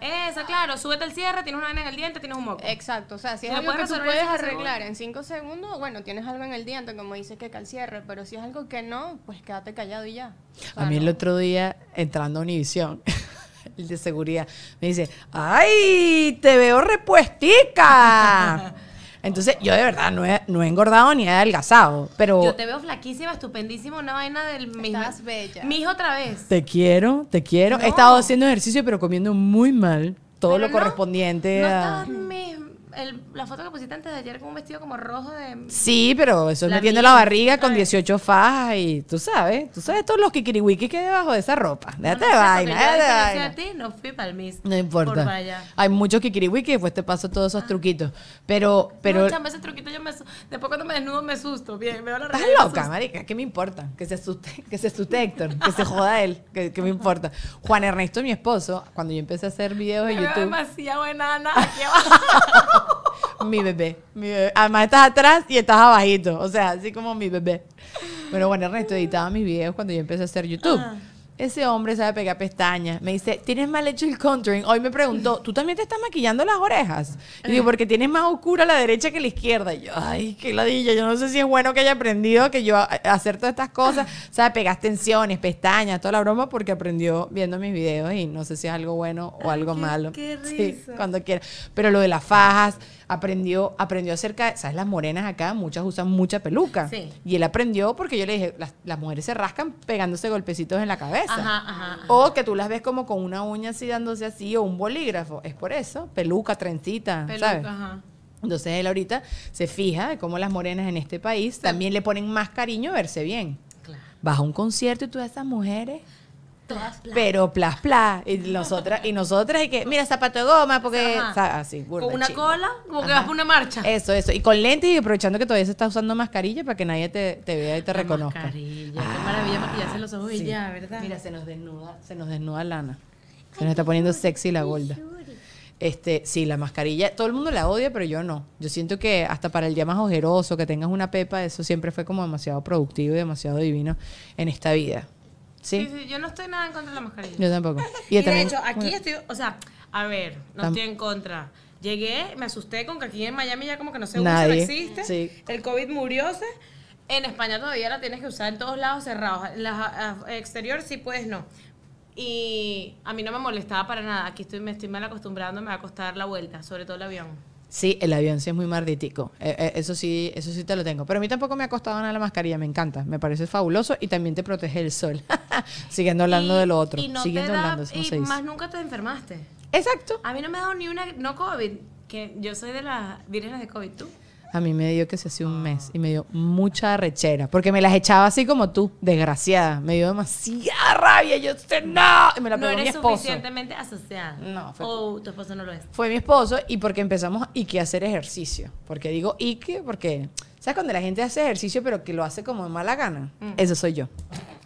Speaker 2: Eso, claro. Súbete el cierre, tienes una vaina en el diente, tienes un moco.
Speaker 1: Eh,
Speaker 4: Exacto, o sea, si es
Speaker 2: Lo
Speaker 4: algo que
Speaker 2: puedes
Speaker 4: tú
Speaker 2: resolver
Speaker 4: puedes
Speaker 2: en cinco
Speaker 4: arreglar en 5 segundos, bueno, tienes algo en el diente, como dices que al cierre, pero si es algo que no, pues quédate callado y ya. O sea,
Speaker 1: A mí el
Speaker 4: no.
Speaker 1: otro día, entrando a Univisión, [LAUGHS] el de seguridad, me dice, ¡ay, te veo
Speaker 2: [LAUGHS]
Speaker 1: repuestica! Entonces, yo de verdad no he, no he engordado ni he adelgazado, pero
Speaker 2: Yo te
Speaker 1: te...
Speaker 2: veo flaquísima, estupendísima, una vaina del mismo.
Speaker 4: Estás bella.
Speaker 2: Mi hijo otra vez.
Speaker 1: quiero, te quiero. He estado haciendo ejercicio, pero comiendo muy mal, todo lo
Speaker 2: Pero no,
Speaker 1: correspondiente
Speaker 2: No
Speaker 1: a-
Speaker 2: estabas mis- el- la foto que pusiste antes de ayer con un vestido como rojo de.
Speaker 1: Sí, pero eso es
Speaker 2: La
Speaker 1: metiendo
Speaker 2: misma,
Speaker 1: la barriga con
Speaker 2: ¿sabes?
Speaker 1: 18 fajas y tú sabes, tú sabes todos los kikiriwikis que hay debajo de esa ropa. Déjate
Speaker 2: No, no
Speaker 1: de
Speaker 2: sé,
Speaker 1: vaina,
Speaker 2: porque yo, a
Speaker 1: déjate de
Speaker 2: diferencia
Speaker 1: vaina.
Speaker 2: de ti, no fui para el Miss.
Speaker 1: No importa.
Speaker 2: Por vaya.
Speaker 1: Hay muchos kikiriwiki, después te paso todos esos truquitos. Pero, pero.
Speaker 2: Pero. chama, ese truquito yo me. su- Después cuando me desnudo me susto. Bien, veo la
Speaker 1: Estás
Speaker 2: realidad y me
Speaker 1: loca,
Speaker 2: asusto.
Speaker 1: marica. ¿Qué me importa? Que se asuste, que se asuste Héctor, que se joda él. ¿Qué, qué me importa? Juan Ernesto, mi esposo, cuando yo empecé a hacer videos
Speaker 2: Me
Speaker 1: en
Speaker 2: veo
Speaker 1: YouTube,
Speaker 2: demasiado
Speaker 1: [LAUGHS]
Speaker 2: enana aquí abajo.
Speaker 1: mi bebé, mi bebé. Además estás atrás y estás
Speaker 2: Ah.
Speaker 1: abajito. O sea, así como mi bebé. Pero Juan Ernesto editaba mis videos cuando yo empecé a hacer YouTube. Ese hombre sabe pegar pestañas. Me dice, tienes mal hecho el contouring. Hoy me preguntó, ¿tú también te estás maquillando las orejas? Y
Speaker 2: Eh.
Speaker 1: digo, porque tienes más oscura la derecha que la izquierda. Y yo, ay, qué ladilla. Yo no sé si es bueno que haya aprendido que yo a- a hacer todas estas cosas.
Speaker 2: Ah.
Speaker 1: sabe pegar tensiones, pestañas, toda la broma, porque aprendió viendo mis videos y no sé si es algo bueno o algo
Speaker 2: qué-
Speaker 1: malo.
Speaker 2: qué
Speaker 1: Sí,
Speaker 2: risa.
Speaker 1: cuando quiera. Pero lo de las fajas, aprendió, aprendió acerca de, ¿sabes? Las morenas acá, muchas usan mucha peluca.
Speaker 2: Sí.
Speaker 1: Y él aprendió porque yo le dije, las, las mujeres se rascan pegándose golpecitos en la cabeza.
Speaker 2: Ajá, ajá, ajá.
Speaker 1: O que tú las ves como con una uña así dándose así o un bolígrafo. Es por eso, peluca, trencita,
Speaker 2: Peluca,
Speaker 1: ¿sabes?
Speaker 2: ajá.
Speaker 1: Entonces él ahorita se fija de cómo las morenas en este país también le ponen más cariño a verse bien.
Speaker 2: Claro.
Speaker 1: Vas a un concierto y tú ves a esas mujeres pero plas plas y nosotras y nosotras y que mira zapato de goma porque
Speaker 2: Ajá.
Speaker 1: sa- así burda
Speaker 2: Con una
Speaker 1: chimba.
Speaker 2: cola, como que
Speaker 1: Ajá.
Speaker 2: vas por una marcha.
Speaker 1: [LAUGHS] eso eso y con lentes y aprovechando que todavía se está usando mascarilla para que nadie te, te vea y te
Speaker 2: La
Speaker 1: reconozca
Speaker 2: mascarilla,
Speaker 1: Ah,
Speaker 2: qué maravilla maquillarse los ojos
Speaker 1: sí.
Speaker 2: y ya, ¿verdad?
Speaker 1: Ah, mira se nos desnuda se nos desnuda lana se nos está poniendo sexy la gorda este sí la mascarilla todo el mundo la odia pero yo no yo siento que hasta para el día más ojeroso que tengas una pepa eso siempre fue como demasiado productivo y demasiado divino en esta vida sí,
Speaker 2: Sí, sí, yo no estoy nada en contra de la mascarilla.
Speaker 1: yo
Speaker 2: [LAUGHS]
Speaker 1: tampoco
Speaker 2: Y, de
Speaker 1: también-
Speaker 2: hecho, aquí estoy, o sea, a ver, no
Speaker 1: Tam-
Speaker 2: estoy en contra. Llegué, me asusté con que aquí en Miami ya como que no se
Speaker 1: Nadie.
Speaker 2: usa, no existe.
Speaker 1: Sí.
Speaker 2: El COVID murióse. En España todavía la tienes que usar en todos lados cerrados. En la a- exterior sí puedes, no. Y a mí no me molestaba para nada. Aquí estoy, me estoy mal acostumbrando, me va a costar la vuelta, sobre todo el avión.
Speaker 1: Sí, el avión sí es muy marditico. Eh, eh, eso sí, eso sí te lo tengo. Pero a mí tampoco me ha costado nada la mascarilla, me encanta. Me parece fabuloso y también te protege el sol. [LAUGHS] Siguiendo hablando
Speaker 2: Y-
Speaker 1: de lo otro.
Speaker 2: Y no
Speaker 1: Siguiendo
Speaker 2: te da-
Speaker 1: hablando, eso no
Speaker 2: y
Speaker 1: se dice.
Speaker 2: más nunca te enfermaste.
Speaker 1: Exacto.
Speaker 2: A mí no me ha dado ni una, no COVID, que yo soy de las vírgenes de COVID, ¿tú?
Speaker 1: A mí me dio que se hace un mes y me dio mucha rechera. Porque me las echaba así como tú, desgraciada. Me dio demasiada rabia. Yo sé, no. Y me la
Speaker 2: no
Speaker 1: pegó mi
Speaker 2: eres
Speaker 1: esposo.
Speaker 2: suficientemente asociada.
Speaker 1: No, fue-
Speaker 2: O tu esposo no lo es.
Speaker 1: fue mi esposo y porque empezamos y que hacer ejercicio. Porque digo y que porque ¿sabes cuando la gente hace ejercicio pero que lo hace como de mala gana? Eso soy yo.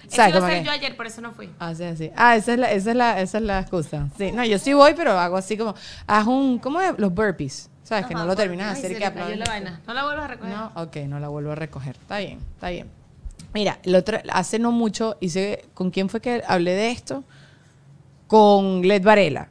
Speaker 2: Ese
Speaker 1: ¿Sabes
Speaker 2: iba
Speaker 1: como
Speaker 2: a
Speaker 1: que?
Speaker 2: ser yo ayer, por eso no fui.
Speaker 1: Así, así. Ah, esa es la esa es la esa es la excusa. Sí, no, yo sí voy, pero hago así como haz un ¿cómo es? los burpees. ¿Sabes que no lo terminas de hacer y
Speaker 2: Ay,
Speaker 1: que
Speaker 2: se le cayó
Speaker 1: aplaudes.
Speaker 2: la vaina. No la vuelvas a recoger.
Speaker 1: No, ok, no la vuelvo a recoger. Está bien, está bien. Mira, el otro, hace no mucho hice, ¿con quién fue que hablé de esto? Con Led Varela,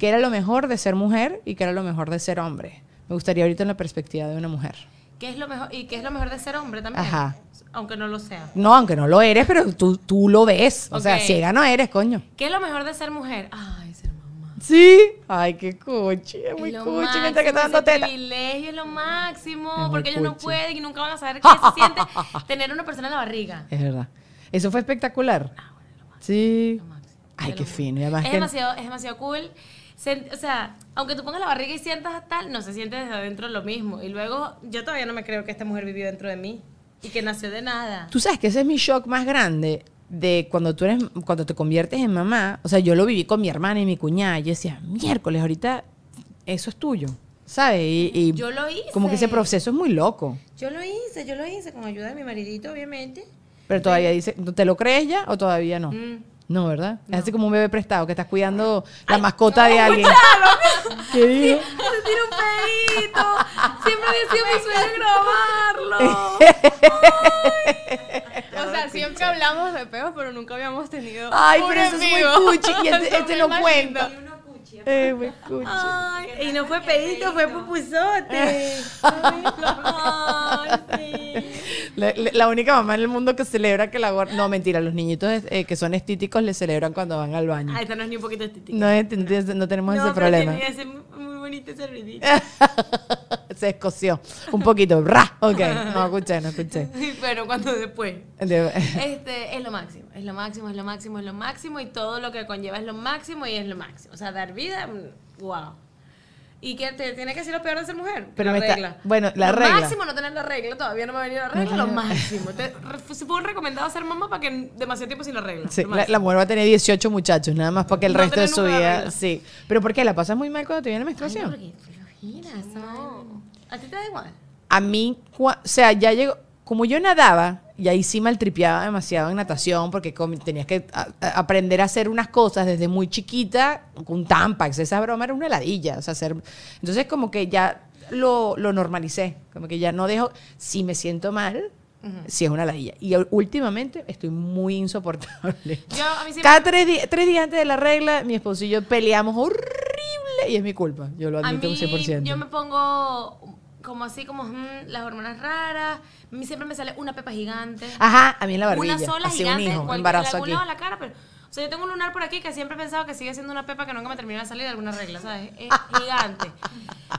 Speaker 1: que era lo mejor de ser mujer y que era lo mejor de ser hombre. Me gustaría ahorita en la perspectiva de una mujer.
Speaker 2: ¿Qué es lo mejor? ¿Y qué es lo mejor de ser hombre también?
Speaker 1: Ajá.
Speaker 2: Aunque no lo sea.
Speaker 1: No, aunque no lo eres, pero tú, tú lo ves. O sea,
Speaker 2: Ok.
Speaker 1: ciega no eres, coño.
Speaker 2: ¿Qué es lo mejor de ser mujer? Ay, ser mamá.
Speaker 1: Sí. Ay, qué coche, muy
Speaker 2: Es lo
Speaker 1: coche,
Speaker 2: máximo,
Speaker 1: mientras que está dando
Speaker 2: ese
Speaker 1: teta.
Speaker 2: privilegio es lo máximo,
Speaker 1: Es muy
Speaker 2: porque ellos no
Speaker 1: cuchi.
Speaker 2: pueden y nunca van a saber qué
Speaker 1: [LAUGHS]
Speaker 2: se siente tener una persona en la barriga.
Speaker 1: Es verdad. Eso fue espectacular. Sí. Ay, qué fino. Y además
Speaker 2: es
Speaker 1: que-
Speaker 2: demasiado, es demasiado cool. Sen- o sea, aunque tú pongas la barriga y sientas tal, no se siente desde adentro lo mismo. Y luego, yo todavía no me creo que esta mujer vivió dentro de mí y que nació de nada.
Speaker 1: Tú sabes que ese es mi shock más grande de cuando tú eres, cuando te conviertes en mamá. O sea, yo lo viví con mi hermana y mi cuñada. Yo decía, miércoles, ahorita eso es tuyo. ¿Sabes? Y, y
Speaker 2: Yo lo hice.
Speaker 1: Como que ese proceso es muy loco.
Speaker 2: Yo lo hice, yo lo hice con ayuda de mi maridito, obviamente.
Speaker 1: Pero todavía dice, ¿te lo crees ya o todavía no?
Speaker 2: Mm.
Speaker 1: No, ¿verdad? Es así como un bebé prestado que estás cuidando la mascota de
Speaker 2: [LAUGHS]
Speaker 1: alguien. ¿Qué dijo?
Speaker 2: Se tira un pedito. Siempre había sido mi sueño
Speaker 1: [LAUGHS]
Speaker 2: grabarlo.
Speaker 4: O sea, siempre hablamos de peos, pero nunca habíamos tenido.
Speaker 2: Ah,
Speaker 1: Ay,
Speaker 4: un
Speaker 1: pero eso
Speaker 4: en
Speaker 1: es muy
Speaker 4: vivo.
Speaker 1: cuchi, y
Speaker 2: [LAUGHS]
Speaker 1: este-
Speaker 4: Eso
Speaker 1: este
Speaker 4: me
Speaker 1: no
Speaker 4: imagino.
Speaker 1: cuenta. Eh, muy cuchi.
Speaker 2: Ay, y no fue pedito, fue pupusote. Ay, sí.
Speaker 1: La, la- la única mamá en el mundo que celebra que la gor- No, mentira, los niñitos eh, que son estíticos le celebran cuando van al baño.
Speaker 2: Ah, esta no es ni un poquito estética.
Speaker 1: No, es- entonces no tenemos ese
Speaker 2: pero
Speaker 1: problema. Ah,
Speaker 2: tiene ese muy- muy bonito ese ruidito.
Speaker 1: Se escoció un poquito. Ra. [LAUGHS] Ok, no escuché, no escuché.
Speaker 2: Sí, [LAUGHS] pero cuando después.
Speaker 1: [LAUGHS] De-
Speaker 2: Este, es lo máximo, es lo máximo, es lo máximo, es lo máximo y todo lo que conlleva es lo máximo y es lo máximo. O sea, dar vida, mm, wow. ¿Y que te tiene que ser lo peor de ser mujer?
Speaker 1: Pero me
Speaker 2: la
Speaker 1: está-
Speaker 2: regla.
Speaker 1: bueno, la
Speaker 2: lo
Speaker 1: regla.
Speaker 2: máximo no tener la regla, todavía no me ha venido la regla, lo máximo. Te, re- fue un recomendado ser mamá para que n- demasiado tiempo sin la regla.
Speaker 1: Sí,
Speaker 2: lo
Speaker 1: la, la
Speaker 2: máximo.
Speaker 1: mujer va a tener 18 muchachos, nada más para que el
Speaker 2: No
Speaker 1: resto de
Speaker 2: tener
Speaker 1: su
Speaker 2: nunca la
Speaker 1: vida.
Speaker 2: regla.
Speaker 1: Sí. ¿Pero por qué? ¿La pasas muy mal cuando te viene la
Speaker 2: Ay, no,
Speaker 1: menstruación?
Speaker 2: porque flojera, no. ¿A ti te da igual?
Speaker 1: a mí, cua- o sea, ya llegó, como yo nadaba, y ahí sí maltripeaba demasiado en natación, porque com- tenías que a- a- aprender a hacer unas cosas desde muy chiquita, con tampax, esa broma era una heladilla, o sea, hacer, entonces como que ya lo, lo normalicé, como que ya no dejo, si me siento mal, si es una ladilla. Y u- últimamente estoy muy insoportable.
Speaker 2: Yo, a mí [LAUGHS] sí
Speaker 1: Cada tres, di- tres días antes de la regla, mi esposo y yo peleamos horrible y es mi culpa. Yo lo
Speaker 2: a
Speaker 1: admito
Speaker 2: mí,
Speaker 1: 100%.
Speaker 2: yo me pongo como así, como mm, las hormonas raras. A mí siempre me sale una pepa gigante.
Speaker 1: Ajá, a mí en Ah, la barbilla.
Speaker 2: una sola
Speaker 1: así
Speaker 2: gigante.
Speaker 1: un hijo, un
Speaker 2: cualquier-
Speaker 1: embarazo
Speaker 2: de algún
Speaker 1: aquí.
Speaker 2: lado de la cara, pero... O sea, yo tengo un lunar por aquí que siempre he pensado que sigue siendo una pepa que nunca me termina de salir de alguna regla, ¿sabes? Es
Speaker 1: [LAUGHS]
Speaker 2: gigante.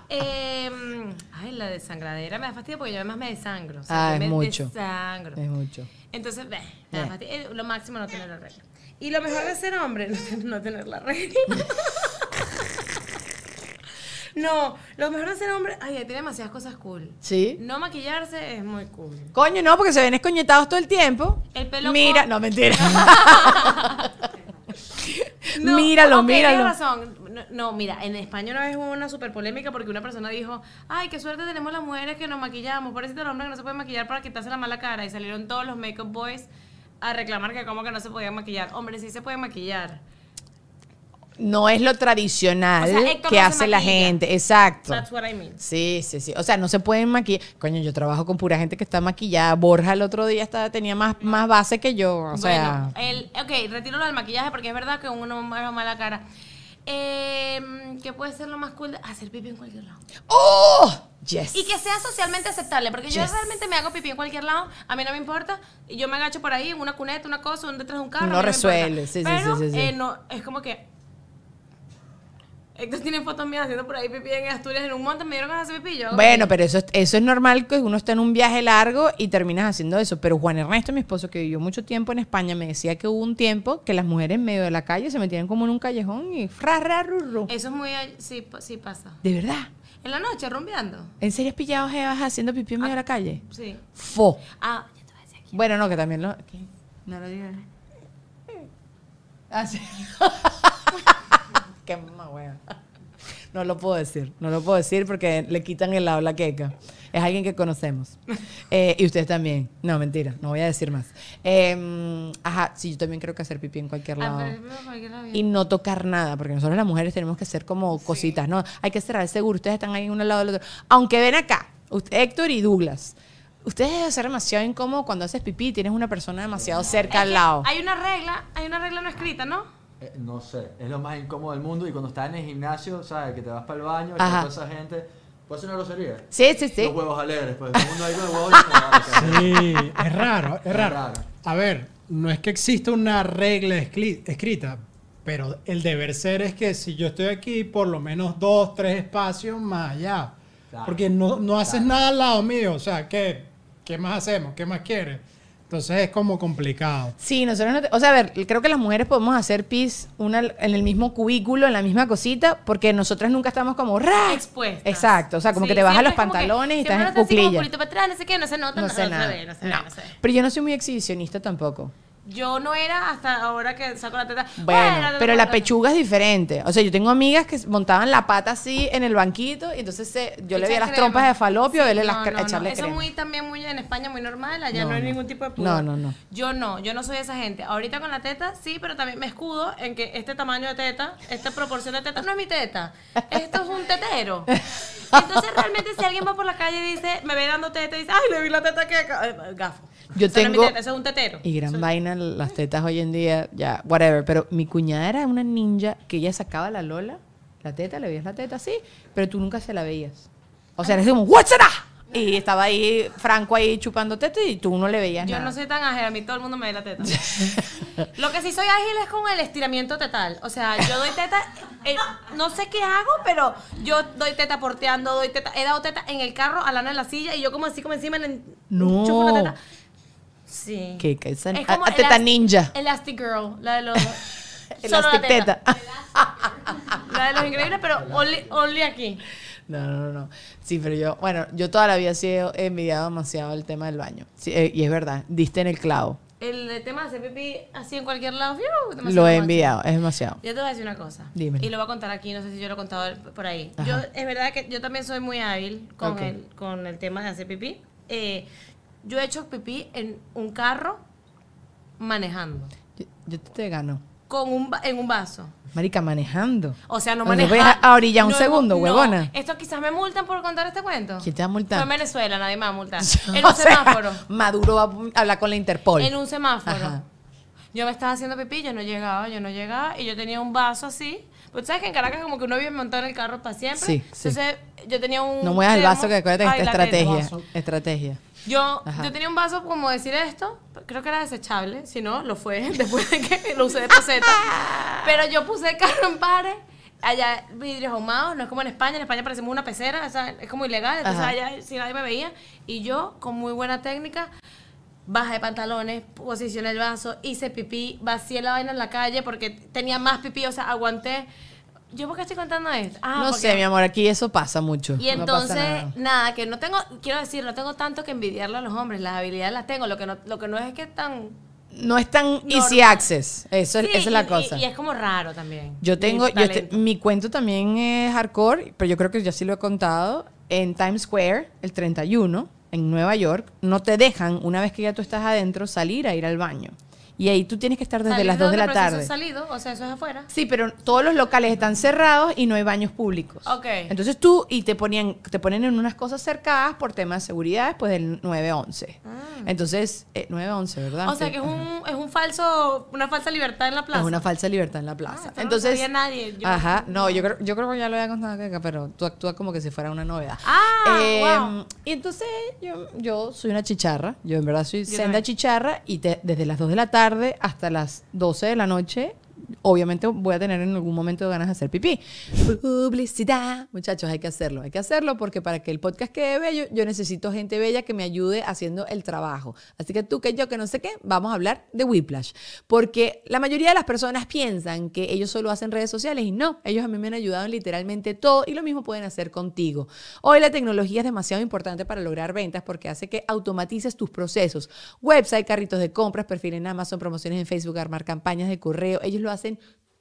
Speaker 2: Em, ay, la desangradera me da fastidio porque yo además me desangro. O
Speaker 1: Ah,
Speaker 2: sea, yo
Speaker 1: es
Speaker 2: me
Speaker 1: mucho.
Speaker 2: desangro.
Speaker 1: Es mucho.
Speaker 2: Entonces, beh, me da
Speaker 1: Beh.
Speaker 2: fastidio. Eh, lo máximo no tener la regla. Y lo mejor de ser hombre, no, ten- no tener la [LAUGHS] regla. no, lo mejor de ser hombre, ay, tiene demasiadas cosas cool.
Speaker 1: ¿Sí?
Speaker 2: No maquillarse es muy cool.
Speaker 1: Coño, no, porque se ven escoñetados todo el tiempo.
Speaker 2: El pelo
Speaker 1: Mira,
Speaker 2: corto.
Speaker 1: no, mentira.
Speaker 2: [LAUGHS]
Speaker 1: [LAUGHS]
Speaker 2: No,
Speaker 1: míralo,
Speaker 2: ok,
Speaker 1: míralo.
Speaker 2: tienes razón. No, no, mira, en España una vez hubo una super polémica porque una persona dijo, ay, qué suerte tenemos las mujeres que nos maquillamos, pobrecito el hombre que no se puede maquillar para quitarse la mala cara. Y salieron todos los make-up boys a reclamar que como que no se podían maquillar. Hombre, sí se puede maquillar.
Speaker 1: No es lo tradicional
Speaker 2: O sea, Héctor
Speaker 1: que
Speaker 2: no se
Speaker 1: hace la
Speaker 2: maquilla.
Speaker 1: gente. Exacto.
Speaker 2: That's what I mean.
Speaker 1: Sí, sí, sí. O sea, no se pueden maquillar. Coño, yo trabajo con pura gente que está maquillada. Borja el otro día estaba, tenía más, más base que yo. O sea,
Speaker 2: bueno, el, ok, retiro lo del maquillaje porque es verdad que uno me da mala cara. Eh, ¿Qué puede ser lo más cool? de- Hacer pipí en cualquier lado.
Speaker 1: ¡Oh! Yes.
Speaker 2: Y que sea socialmente aceptable, porque yo
Speaker 1: Yes.
Speaker 2: realmente me hago pipí en cualquier lado, a mí no me importa, y yo me agacho por ahí, en una cuneta, una cosa, un detrás de un carro. a
Speaker 1: No
Speaker 2: mí me
Speaker 1: resuelve,
Speaker 2: importa.
Speaker 1: sí, sí,
Speaker 2: Pero,
Speaker 1: sí, sí, sí.
Speaker 2: eh, no, es como que... Héctor tiene fotos mías haciendo por ahí pipí en Asturias en un monte, me dieron ganas de hacer pipí, yo hago
Speaker 1: Bueno,
Speaker 2: pipí.
Speaker 1: pero eso, es- eso es normal que uno está en un viaje largo y terminas haciendo eso. Pero Juan Ernesto, mi esposo, que vivió mucho tiempo en España, me decía que hubo un tiempo que las mujeres en medio de la calle se metían como en un callejón y ra, ra, ru, ru.
Speaker 2: Eso es muy... Sí, pa- sí pasa.
Speaker 1: De verdad.
Speaker 2: En la noche, rumbeando.
Speaker 1: ¿En serio has pillado jevas haciendo pipí en medio de la calle?
Speaker 2: Sí.
Speaker 1: Fo.
Speaker 2: Ah, ya te voy a decir aquí.
Speaker 1: Bueno, no, que también lo... ¿qué? No lo digas. Ah, [LAUGHS] sí. Qué mamá, hueva. No lo puedo decir, no lo puedo decir porque le quitan el lado a la queca. Es alguien que conocemos. Eh, y ustedes también. No, mentira, no voy a decir más. Eh, ajá, sí, yo también creo que hacer pipí en cualquier
Speaker 2: Ah,
Speaker 1: lado.
Speaker 2: pero es cualquier lado.
Speaker 1: Y no tocar nada, porque nosotros las mujeres tenemos que hacer como cositas, ¿no? Hay que cerrar el seguro, ustedes están ahí uno al lado del otro. Aunque ven acá, usted- Héctor y Douglas, ustedes deben ser demasiado incómodos cuando haces pipí y tienes una persona demasiado cerca al lado.
Speaker 2: Hay una regla, hay una regla no escrita, ¿no?
Speaker 5: Eh, no sé, es lo más incómodo del mundo y cuando estás en el gimnasio, ¿sabes? Que te vas para el baño y
Speaker 1: Ajá.
Speaker 5: toda esa gente. Pues Puede ser una grosería.
Speaker 1: Sí, sí, sí.
Speaker 5: Los huevos alegres, pues. Todo el mundo ahí con los huevos alegres.
Speaker 6: Sí, es raro, es raro.
Speaker 5: raro.
Speaker 6: A ver, no es que exista una regla escli- escrita, pero el deber ser es que si yo estoy aquí, por lo menos dos, tres espacios más allá.
Speaker 5: Claro.
Speaker 6: Porque no, no haces nada al lado mío, o sea, ¿qué, ¿qué más hacemos? ¿Qué más quieres? Entonces es como complicado.
Speaker 1: Sí, nosotros no te- O sea, a ver, creo que las mujeres podemos hacer pis una, en el mismo cubículo, en la misma cosita, porque nosotras nunca estamos como ra.
Speaker 2: expuestas.
Speaker 1: Ah, Exacto, o sea, como
Speaker 2: Sí,
Speaker 1: que te bajas
Speaker 2: siempre
Speaker 1: los
Speaker 2: es como que-
Speaker 1: pantalones y
Speaker 2: siempre
Speaker 1: estás en
Speaker 2: uno así como
Speaker 1: cuclillas.
Speaker 2: culito para atrás, no sé qué, no se nota,
Speaker 1: No sé
Speaker 2: se
Speaker 1: nada.
Speaker 2: ve, no se ve,
Speaker 1: No.
Speaker 2: no se ve.
Speaker 1: Pero yo no soy muy exhibicionista tampoco.
Speaker 2: Yo no era hasta ahora que saco la teta.
Speaker 1: Bueno,
Speaker 2: la teta
Speaker 1: pero la
Speaker 2: corta.
Speaker 1: pechuga es diferente. O sea, yo tengo amigas que montaban la pata así en el banquito y entonces se- yo le
Speaker 2: Echan
Speaker 1: veía las
Speaker 2: crema.
Speaker 1: trompas de falopio, verle
Speaker 2: No,
Speaker 1: las, cre-
Speaker 2: no, no.
Speaker 1: echarle
Speaker 2: Eso
Speaker 1: crema.
Speaker 2: muy también muy en España muy normal, allá
Speaker 1: No,
Speaker 2: no, hay
Speaker 1: no.
Speaker 2: ningún tipo de
Speaker 1: No,
Speaker 2: pudor.
Speaker 1: no, no.
Speaker 2: Yo no, yo no soy esa gente. Ahorita con la teta sí, pero también me escudo en que este tamaño de teta, esta proporción de teta no es mi teta. Esto es un tetero. Entonces realmente si alguien va por la calle y dice, me ve dando teta y dice, ay, le vi la teta que ca-". Eh, gafo.
Speaker 1: Yo
Speaker 2: Eso no es mi
Speaker 1: tengo-
Speaker 2: teta, eso es un tetero.
Speaker 1: Y gran
Speaker 2: Eso-
Speaker 1: vaina las tetas hoy en día, ya, whatever. Pero mi cuñada era una ninja que ella sacaba la lola, la teta, le veías la teta así, pero tú nunca se la veías. O sea, eres como, ¡What's it up?" Y estaba ahí Franco ahí chupando teta y tú no le veías
Speaker 2: Yo
Speaker 1: nada.
Speaker 2: no soy tan ágil, a mí todo el mundo me ve la
Speaker 1: [LAUGHS]
Speaker 2: teta. Lo que sí soy ágil es con el estiramiento tetal. O sea, yo doy teta, eh, no sé qué hago, pero yo doy teta porteando, doy teta. He dado teta en el carro, a lana en la silla y yo como así, como encima en el.
Speaker 1: No.
Speaker 2: chupo una teta. Sí.
Speaker 1: Que- que esa-
Speaker 2: Es como
Speaker 1: a- a teta
Speaker 2: elas-
Speaker 1: ninja.
Speaker 2: Elastic Girl, la de
Speaker 1: [LAUGHS]
Speaker 2: los. solo la
Speaker 1: Elastic
Speaker 2: teta.
Speaker 1: teta.
Speaker 2: La de los increíbles, pero only, only aquí.
Speaker 1: No, no, no, no. Sí, pero yo, bueno, yo toda la vida sí he envidiado demasiado el tema del baño. Sí, eh, y es verdad, diste en el clavo.
Speaker 2: El tema de hacer pipí así en cualquier lado. ¡fiu! demasiado
Speaker 1: Lo he
Speaker 2: macho.
Speaker 1: envidiado, es demasiado.
Speaker 2: Yo te voy a decir una cosa.
Speaker 1: Dímelo.
Speaker 2: Y lo voy a contar aquí, no sé si yo lo he contado por ahí.
Speaker 1: Ajá.
Speaker 2: Yo, es verdad que yo también soy muy hábil con,
Speaker 1: Ok.
Speaker 2: el, con el tema de hacer pipí. Eh, yo he hecho pipí en un carro manejando.
Speaker 1: Yo, yo te gano.
Speaker 2: con un, va- en un vaso.
Speaker 1: Marica, manejando.
Speaker 2: O sea, no
Speaker 1: Cuando
Speaker 2: manejar.
Speaker 1: veas a orilla un
Speaker 2: no,
Speaker 1: segundo,
Speaker 2: no.
Speaker 1: huevona.
Speaker 2: Esto quizás me multan por contar este cuento.
Speaker 1: ¿Quién te va a multar? [LAUGHS]
Speaker 2: Fue en Venezuela, nadie me va a multar. En
Speaker 1: O
Speaker 2: un
Speaker 1: sea,
Speaker 2: semáforo.
Speaker 1: Maduro va a hablar con la Interpol.
Speaker 2: En un semáforo.
Speaker 1: Ajá.
Speaker 2: Yo me estaba haciendo pipí, yo no llegaba, yo no llegaba. Y yo tenía un vaso así. Pues tú sabes que en Caracas como que uno vive montado en el carro para siempre.
Speaker 1: Sí, sí.
Speaker 2: Entonces yo tenía un...
Speaker 1: No muevas el
Speaker 2: termo-
Speaker 1: vaso que acuérdate que
Speaker 2: Ay,
Speaker 1: esta
Speaker 2: la
Speaker 1: estrategia.
Speaker 2: tengo.
Speaker 1: Estrategia.
Speaker 2: Yo,
Speaker 1: Ajá.
Speaker 2: yo tenía un vaso, como decir esto, creo que era desechable, si no, lo fue [LAUGHS] después de que lo usé
Speaker 1: [LAUGHS]
Speaker 2: de poseta. Pero yo puse el carro en pares, allá vidrios ahumados, no es como en España, en España parecemos una pecera, o sea, es como ilegal, entonces
Speaker 1: Ajá.
Speaker 2: allá si nadie me veía. Y yo, con muy buena técnica, baja de pantalones, posicioné el vaso, hice pipí, vacié la vaina en la calle porque tenía más pipí, o sea, aguanté. ¿Yo por qué estoy contando esto? Ah,
Speaker 1: no
Speaker 2: porque-
Speaker 1: sé, mi amor, aquí eso pasa mucho. No
Speaker 2: y
Speaker 1: pasa
Speaker 2: entonces,
Speaker 1: nada.
Speaker 2: nada. que no tengo, quiero decir, no tengo tanto que envidiarle a los hombres, las habilidades las tengo, lo que no, lo que no es que tan...
Speaker 1: no es tan easy
Speaker 2: Normal.
Speaker 1: access. Eso, es-
Speaker 2: Sí,
Speaker 1: esa es
Speaker 2: y-
Speaker 1: la
Speaker 2: y-
Speaker 1: cosa.
Speaker 2: Y, es como raro también.
Speaker 1: Yo tengo,
Speaker 2: Mi
Speaker 1: yo te-
Speaker 2: talento.
Speaker 1: mi cuento también es hardcore, pero yo creo que ya sí lo he contado. En Times Square, el 31, en Nueva York, no te dejan, una vez que ya tú estás adentro, salir a ir al baño. Y ahí tú tienes que estar desde
Speaker 2: Salir
Speaker 1: las 2 de la
Speaker 2: donde, pero eso
Speaker 1: tarde.
Speaker 2: es salido, o sea, eso es afuera.
Speaker 1: Sí, pero todos los locales están cerrados y no hay baños públicos.
Speaker 2: Ok.
Speaker 1: Entonces tú y te ponían, te ponen en unas cosas cercadas por temas de seguridad después del 9-11. Entonces, eh, 9-11, ¿verdad?
Speaker 2: Ah. O sea,
Speaker 1: Sí,
Speaker 2: que es
Speaker 1: ajá.
Speaker 2: un, es un falso, una falsa libertad en la plaza.
Speaker 1: Es una falsa libertad en la plaza.
Speaker 2: Ah, esto no lo
Speaker 1: Entonces,
Speaker 2: sabía nadie. Yo-
Speaker 1: ajá, no, yo creo, yo creo que ya lo había contado acá, pero tú actúas como que si fuera una novedad.
Speaker 2: Ah, guau.
Speaker 1: Y entonces yo, yo soy una chicharra, yo en verdad soy
Speaker 2: Yo
Speaker 1: senda
Speaker 2: también.
Speaker 1: chicharra y te- desde las 2 de la tarde hasta las 12 de la noche, obviamente voy a tener en algún momento ganas de hacer pipí. Publicidad. Muchachos, hay que hacerlo, hay que hacerlo porque para que el podcast quede bello, yo necesito gente bella que me ayude haciendo el trabajo. Así que tú que yo que no sé qué, vamos a hablar de Whiplash. Porque la mayoría de las personas piensan que ellos solo hacen redes sociales y no, ellos a mí me han ayudado en literalmente todo y lo mismo pueden hacer contigo. Hoy la tecnología es demasiado importante para lograr ventas porque hace que automatices tus procesos. Website, carritos de compras, perfil en Amazon, promociones en Facebook, armar campañas de correo, ellos lo hacen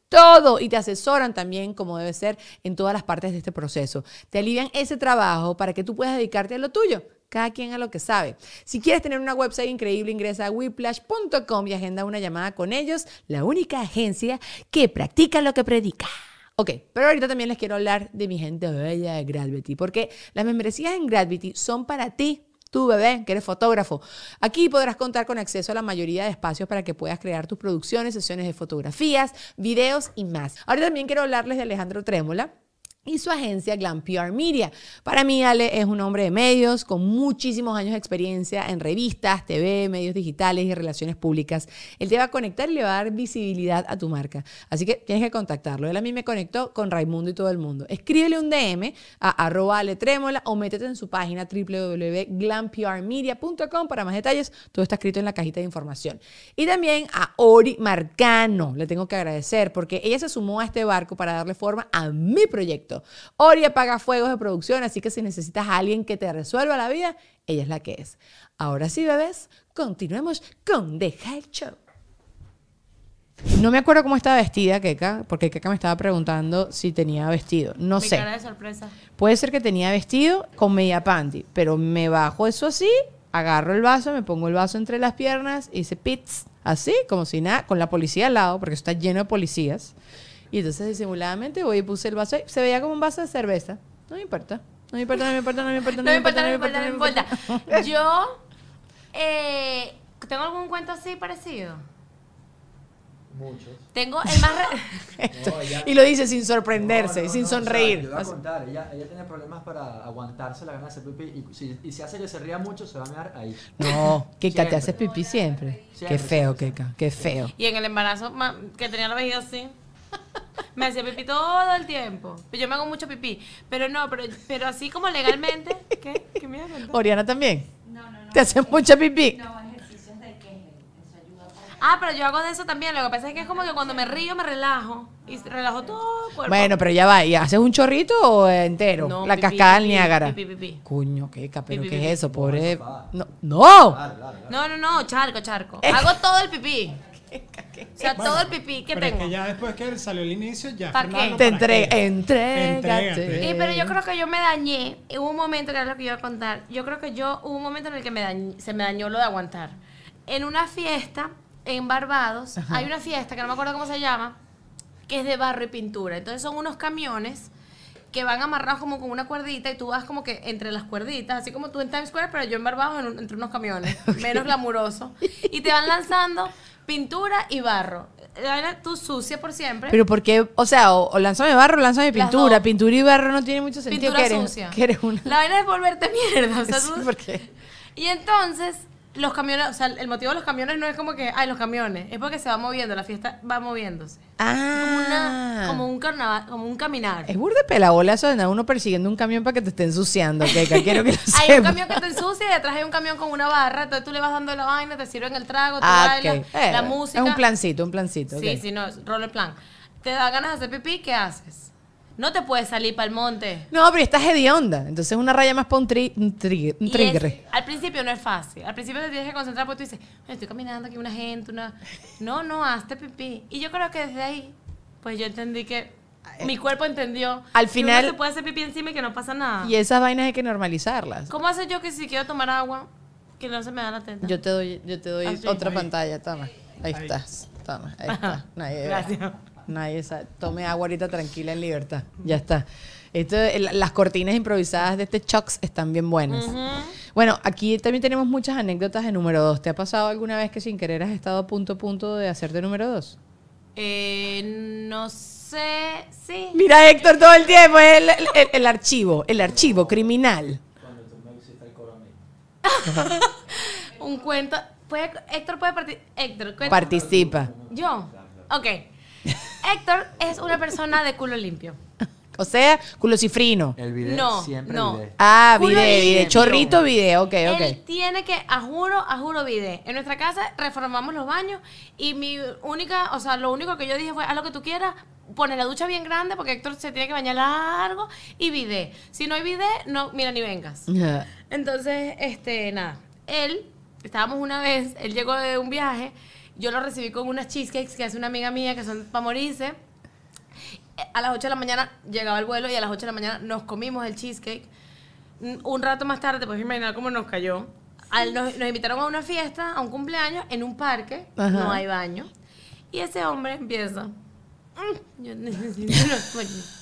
Speaker 1: todo y te asesoran también como debe ser en todas las partes de este proceso. Te alivian ese trabajo para que tú puedas dedicarte a lo tuyo. Cada quien a lo que sabe. Si quieres tener una website increíble, ingresa a whiplash.com y agenda una llamada con ellos, la única agencia que practica lo que predica. Ok, pero ahorita también les quiero hablar de mi gente bella de Gravity, porque las membresías en Gravity son para ti. Tú, bebé, que eres fotógrafo. Aquí podrás contar con acceso a la mayoría de espacios para que puedas crear tus producciones, sesiones de fotografías, videos y más. Ahora también quiero hablarles de Alejandro Trémola, y su agencia Glam PR Media. Para mí, Ale es un hombre de medios con muchísimos años de experiencia en revistas, TV, medios digitales y relaciones públicas. Él te va a conectar y le va a dar visibilidad a tu marca. Así que tienes que contactarlo. Él a mí me conectó con Raimundo y todo el mundo. Escríbele un DM a arroba Ale Trémola o métete en su página www.glamprmedia.com para más detalles. Todo está escrito en la cajita de información. Y también a Ori Marcano. Le tengo que agradecer porque ella se sumó a este barco para darle forma a mi proyecto. Ori apaga fuegos de producción, así que si necesitas a alguien que te resuelva la vida, ella es la que es. Ahora sí, bebés, continuemos con Deja el Show. No me acuerdo cómo estaba vestida Keka, porque Keka me estaba preguntando si tenía vestido. No
Speaker 2: Mi
Speaker 1: sé.
Speaker 2: cara de sorpresa.
Speaker 1: Puede ser que tenía vestido con media panty, pero me bajo eso así, agarro el vaso, me pongo el vaso entre las piernas, hice pits, así, como si nada, con la policía al lado, porque está lleno de policías. Y entonces disimuladamente voy y puse el vaso ahí. Se veía como un vaso de cerveza. No me importa. No me importa, no me importa, no me importa,
Speaker 2: [LAUGHS] No me importa, no me importa, no me importa. Yo, eh, ¿tengo algún cuento así parecido?
Speaker 5: Muchos.
Speaker 2: Tengo el más... re- [LAUGHS]
Speaker 5: No, ella-
Speaker 1: [LAUGHS] Y lo dice sin sorprenderse,
Speaker 5: No, no,
Speaker 1: sin
Speaker 5: no, o sea,
Speaker 1: sonreír.
Speaker 5: yo voy a contar, ella, ella tiene problemas para aguantarse la gana de hacer pipí y si, y si hace que se ría mucho, se va a mear ahí.
Speaker 1: no, Keka, te
Speaker 5: Siempre.
Speaker 1: haces pipí siempre.
Speaker 5: Siempre,
Speaker 1: Qué feo,
Speaker 5: siempre,
Speaker 1: Keka, qué feo.
Speaker 2: Y en el embarazo, ma- que tenía la vejiga así, [LAUGHS] me hacía pipí todo el tiempo. Pero Yo me hago mucho pipí. Pero no, pero, pero así como legalmente. ¿Qué? ¿Qué me ibas a contar?
Speaker 1: Oriana también. ¿Te haces mucha pipí?
Speaker 2: Ah, pero yo hago de eso también. Lo que pasa es que es como que cuando me río, me relajo. Y relajo todo el cuerpo.
Speaker 1: Bueno, pero ya va, ¿y haces un chorrito o entero?
Speaker 2: No,
Speaker 1: la
Speaker 2: pipí,
Speaker 1: cascada del
Speaker 2: pipí,
Speaker 1: Niágara.
Speaker 2: pipí, pipí.
Speaker 1: Coño, qué pero
Speaker 2: Pipí,
Speaker 1: ¿qué
Speaker 2: pipí.
Speaker 1: es eso? Pobre.
Speaker 5: sofá.
Speaker 1: No, no.
Speaker 5: Claro, claro, claro.
Speaker 2: No, no, no, charco, charco.
Speaker 1: Eh.
Speaker 2: Hago todo el
Speaker 1: [LAUGHS]
Speaker 2: pipí. O sea,
Speaker 6: Bueno,
Speaker 2: todo el pipí que
Speaker 6: pero
Speaker 2: tengo.
Speaker 6: Es que ya después que salió el inicio, ya.
Speaker 2: ¿Pa'
Speaker 1: Te
Speaker 2: qué?
Speaker 6: Fernando, ¿para qué?
Speaker 1: entrega, entrégate.
Speaker 6: Entrégate.
Speaker 2: Y, pero yo creo que yo me dañé. Y Hubo un momento, que era lo que iba a contar. Yo creo que yo hubo un momento en el que me dañ- se me dañó lo de aguantar. En una fiesta, en Barbados hay una fiesta que no me acuerdo cómo se llama, que es de barro y pintura. Entonces son unos camiones que van amarrados como con una cuerdita y tú vas como que entre las cuerditas, así como tú en Times Square, pero yo en Barbados en un- entre unos camiones, menos glamuroso. Y te van lanzando pintura y barro. La vaina, tú sucia por siempre.
Speaker 1: Pero porque, o sea, o, o lánzame barro o lánzame
Speaker 2: Las
Speaker 1: pintura.
Speaker 2: dos.
Speaker 1: Pintura y barro no tiene mucho sentido.
Speaker 2: pintura
Speaker 1: ¿Qué eres?
Speaker 2: sucia.
Speaker 1: ¿Qué eres
Speaker 2: [LAUGHS]
Speaker 1: una?
Speaker 2: La vaina es volverte mierda.
Speaker 1: [LAUGHS]
Speaker 2: O sea,
Speaker 1: Sí,
Speaker 2: tú-
Speaker 1: porque-
Speaker 2: Y entonces, los camiones, o sea, el motivo de los camiones no es como que, ay, los camiones, es porque se va moviendo, la fiesta va moviéndose. Como,
Speaker 1: Ah.
Speaker 2: una, como un carnaval, como un caminar.
Speaker 1: Es burda de pelabola eso de andar uno persiguiendo un camión para que te esté ensuciando. Keka, quiero que lo
Speaker 2: [LAUGHS] Hay
Speaker 1: [LAUGHS] sepas.
Speaker 2: un camión que te ensucia y detrás hay un camión con una barra, entonces tú le vas dando la vaina, te sirven el trago, tú
Speaker 1: Ah, ok.
Speaker 2: bailas,
Speaker 1: Eh,
Speaker 2: la música.
Speaker 1: Es un plancito, un plancito.
Speaker 2: Sí,
Speaker 1: ok.
Speaker 2: sí, no, es roller plan. Te da ganas de hacer pipí, ¿qué haces? No te puedes salir para el monte.
Speaker 1: No, pero estás hedionda. Entonces es una raya más para un, tri, un, tri- un
Speaker 2: Y
Speaker 1: trigger.
Speaker 2: es- al principio no es fácil. Al principio te tienes que concentrar porque tú dices, "Bueno, estoy caminando aquí, una gente, una. No, no, hazte pipí. Y yo creo que desde ahí, pues yo entendí que. Mi cuerpo entendió.
Speaker 1: Eh, Al
Speaker 2: que
Speaker 1: final-
Speaker 2: uno se puede hacer pipí encima y que no pasa nada.
Speaker 1: Y esas vainas hay que normalizarlas.
Speaker 2: ¿Cómo haces yo que si quiero tomar agua, que no se me da la teta?
Speaker 1: Yo te doy, yo te doy
Speaker 2: Ah, sí.
Speaker 1: otra
Speaker 6: Ahí.
Speaker 1: pantalla, toma. Ahí,
Speaker 6: Ahí.
Speaker 1: estás. Toma, ahí está. Nadie ve.
Speaker 2: Gracias.
Speaker 1: Nadie sabe. Tome agua ahorita tranquila en libertad. Ya está. Esto, el- las cortinas improvisadas de este Chucks están bien buenas. Bueno, aquí también tenemos muchas anécdotas de número 2. ¿Te ha pasado alguna vez que sin querer has estado a punto a punto de hacerte número 2?
Speaker 2: Eh, no sé. Sí.
Speaker 1: Mira, Héctor, todo el tiempo el, el- el- el archivo, el archivo criminal.
Speaker 5: Cuando tú me hiciste el coro a mí.
Speaker 2: Un cuento. ¿Puede, Héctor puede partir. Héctor, cuenta.
Speaker 1: Participa.
Speaker 2: Yo.
Speaker 1: [LAUGHS]
Speaker 2: Ok. Héctor es una persona de culo limpio.
Speaker 1: O sea, culocifrino.
Speaker 5: El video
Speaker 2: No,
Speaker 5: siempre
Speaker 2: no.
Speaker 5: video.
Speaker 1: Ah,
Speaker 2: Culo
Speaker 1: video, video.
Speaker 2: limpio.
Speaker 1: Chorrito video, ok, ok.
Speaker 2: Él tiene que, a juro, a juro, vide. En nuestra casa reformamos los baños y mi única, o sea, lo único que yo dije fue, haz lo que tú quieras, pone la ducha bien grande porque Héctor se tiene que bañar largo y vide. Si no hay vide, no, mira, ni vengas.
Speaker 1: Ajá.
Speaker 2: Entonces, este, nada. Él, estábamos una vez, él llegó de un viaje, yo lo recibí con unas cheesecakes que hace una amiga mía que son para morirse. Eh, A las 8 de la mañana llegaba el vuelo y a las 8 de la mañana nos comimos el cheesecake. Mm, Un rato más tarde, te puedes imaginar cómo nos cayó. Al- nos, nos invitaron a una fiesta, a un cumpleaños, en un parque,
Speaker 1: Ajá.
Speaker 2: no hay baño. Y ese hombre empieza. "Mm, Yo necesito unos baños"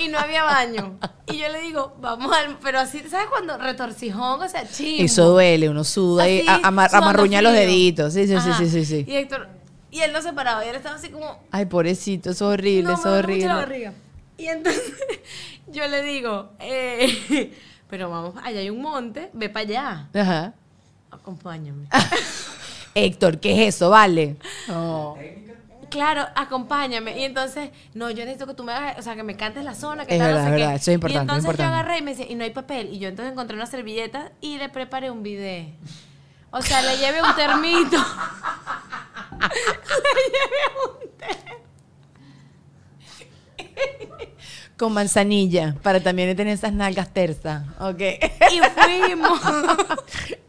Speaker 2: y no había baño. Y yo le digo, vamos al. Pero así, ¿sabes cuando retorcijón? O sea, chimbo.
Speaker 1: Eso duele, uno suda y
Speaker 2: Así,
Speaker 1: a- ama-
Speaker 2: sudando
Speaker 1: amarruña los
Speaker 2: frío.
Speaker 1: deditos. Sí, sí, sí,
Speaker 2: Ajá.
Speaker 1: sí, sí, sí.
Speaker 2: Y Héctor, y él no se paraba, y él estaba así como.
Speaker 1: Ay, pobrecito, eso es horrible,
Speaker 2: no, me
Speaker 1: eso es
Speaker 2: duele mucho
Speaker 1: horrible.
Speaker 2: la barriga. Y entonces [LAUGHS] yo le digo, eh, [LAUGHS] pero vamos, allá hay un monte, ve para allá,
Speaker 1: Ajá.
Speaker 2: acompáñame.
Speaker 1: Héctor, ¿qué es eso? Vale.
Speaker 2: Claro, acompáñame. Y entonces, no, yo necesito que tú me hagas, o sea, que me cantes la zona, que
Speaker 1: Es
Speaker 2: tal,
Speaker 1: verdad,
Speaker 2: no sé
Speaker 1: es
Speaker 2: qué.
Speaker 1: verdad, eso es importante,
Speaker 2: Y entonces
Speaker 1: importante.
Speaker 2: yo agarré y me decía, y no hay papel. Y yo entonces encontré una servilleta y le preparé un bidé. O sea, le llevé un termito.
Speaker 1: Con manzanilla, para también tener esas nalgas tersas. Ok.
Speaker 2: y
Speaker 1: [LAUGHS]
Speaker 2: fuimos.